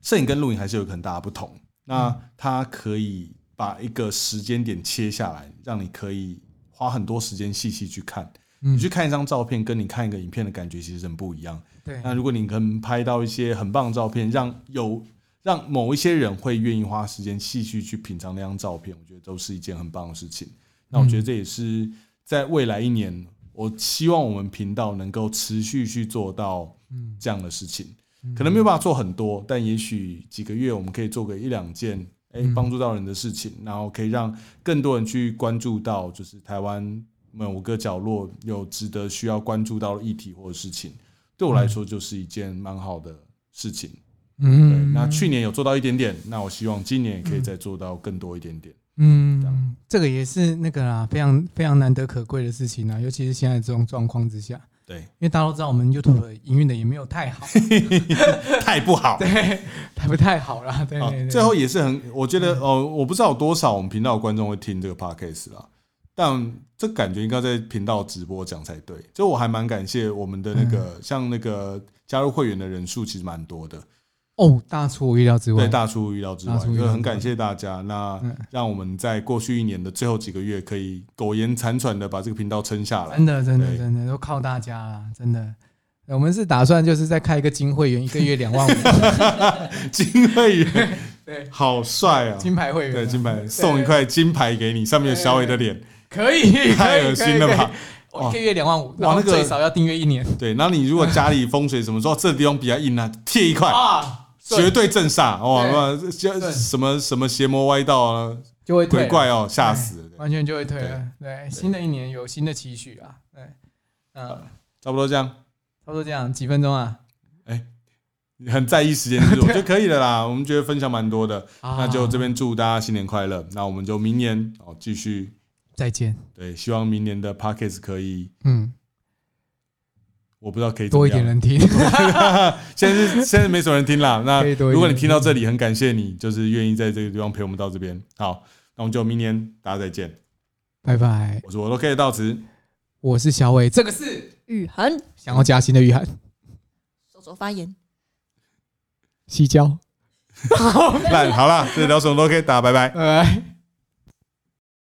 Speaker 1: 摄影跟录影还是有很大的不同。那
Speaker 2: 嗯
Speaker 1: 它可以把一个时间点切下来，让你可以花很多时间细细去看。
Speaker 2: 嗯
Speaker 1: 你去看一张照片，跟你看一个影片的感觉其实很不一样。
Speaker 2: 对嗯
Speaker 1: 那如果你能拍到一些很棒的照片，让有让某一些人会愿意花时间细细去品尝那张照片，我觉得都是一件很棒的事情。那我觉得这也是在未来一年，我希望我们频道能够持续去做到
Speaker 2: 嗯
Speaker 1: 这样的事情。可能没有办法做很多，但也许几个月我们可以做个一两件，哎、帮助到人的事情，然后可以让更多人去关注到，就是台湾某个角落有值得需要关注到的议题或者事情。对我来
Speaker 2: 嗯
Speaker 1: 说就是一件蛮好的事情。对，
Speaker 2: 嗯
Speaker 1: 那去年有做到一点点，那我希望今年也可以再做到更多一点点。
Speaker 2: 嗯，这个也是那个啦，非常非常难得可贵的事情啊，尤其是现在这种状况之下， *laughs*
Speaker 1: 对，
Speaker 2: 因为大家都知道我们 YouTube 营运的也没有太
Speaker 1: *laughs*
Speaker 2: 好，
Speaker 1: 太不好。
Speaker 2: 对，太不太好啦，对
Speaker 1: 啊
Speaker 2: 对嗯对，
Speaker 1: 最后也是很，我觉得哦，我不知道有多少我们频道的观众会听这个 podcast 啦，但这感觉应该在频道直播讲才对。就我还蛮感谢我们的那个，
Speaker 2: 嗯
Speaker 1: 像那个加入会员的人数其实蛮多的，
Speaker 2: 哦，大出我意料之外，
Speaker 1: 对大出意料之外，
Speaker 2: 大出意
Speaker 1: 就
Speaker 2: 料之外
Speaker 1: 很感谢大家。那
Speaker 2: 嗯
Speaker 1: 让我们在过去一年的最后几个月，可以苟延残喘的把这个频道撑下来
Speaker 2: 真。的真的
Speaker 1: 对
Speaker 2: 真的都靠大家啦，真的。我们是打算就是再开一个金会员，一个月两万五，
Speaker 1: *laughs* 金会员
Speaker 2: *laughs* 对，
Speaker 1: 好帅啊！
Speaker 2: 金牌会员啊，
Speaker 1: 对，金牌送一块金牌给你，上面有小伟的脸，
Speaker 2: 可以，可以
Speaker 1: 太恶心了吧？？
Speaker 2: 可以可以哦我一个月两万五，然
Speaker 1: 哇
Speaker 2: 后
Speaker 1: 那个
Speaker 2: 最少要订阅一年
Speaker 1: 对，然后你如果家里风水什么说这地方比较硬啊，贴一块，
Speaker 2: 啊，
Speaker 1: 绝对镇煞哇！
Speaker 2: 对
Speaker 1: 哇这
Speaker 2: 对
Speaker 1: 什么什么邪魔歪道啊，
Speaker 2: 就会退
Speaker 1: 鬼
Speaker 2: 了
Speaker 1: 怪哦，吓死了！
Speaker 2: 完全就会退了。对，新的一年有新的期许啊。对，嗯，差
Speaker 1: 差不多这样，
Speaker 2: 不多这样，几分钟啊？
Speaker 1: 很在意时间是不是我觉得可以的啦。我们觉得分享蛮多的，
Speaker 2: 啊
Speaker 1: 那就这
Speaker 2: 边
Speaker 1: 边祝大家新年快乐。那我们就明年哦继续
Speaker 2: 再见。
Speaker 1: 对，希望明年的 p o c k e t 可以
Speaker 2: 嗯，
Speaker 1: 我不知道可以怎
Speaker 2: 多
Speaker 1: 么
Speaker 2: 一点
Speaker 1: 样。
Speaker 2: 人听， *laughs*
Speaker 1: 现在是现在没什么人听啦。那
Speaker 2: 可以多一点
Speaker 1: 如果你听到这里，很感谢你，就是愿意在这个地方陪我们到这边。好，那我们就明年大家再见。
Speaker 2: 拜拜。
Speaker 1: 我是我都可以到此。
Speaker 2: 我是小伟，这个是
Speaker 3: 雨恒，
Speaker 2: 想要加薪的雨涵
Speaker 3: 手手发言。
Speaker 2: 西郊，
Speaker 1: 烂好啦，这聊什么都可以，大家拜拜。哎
Speaker 2: 拜拜。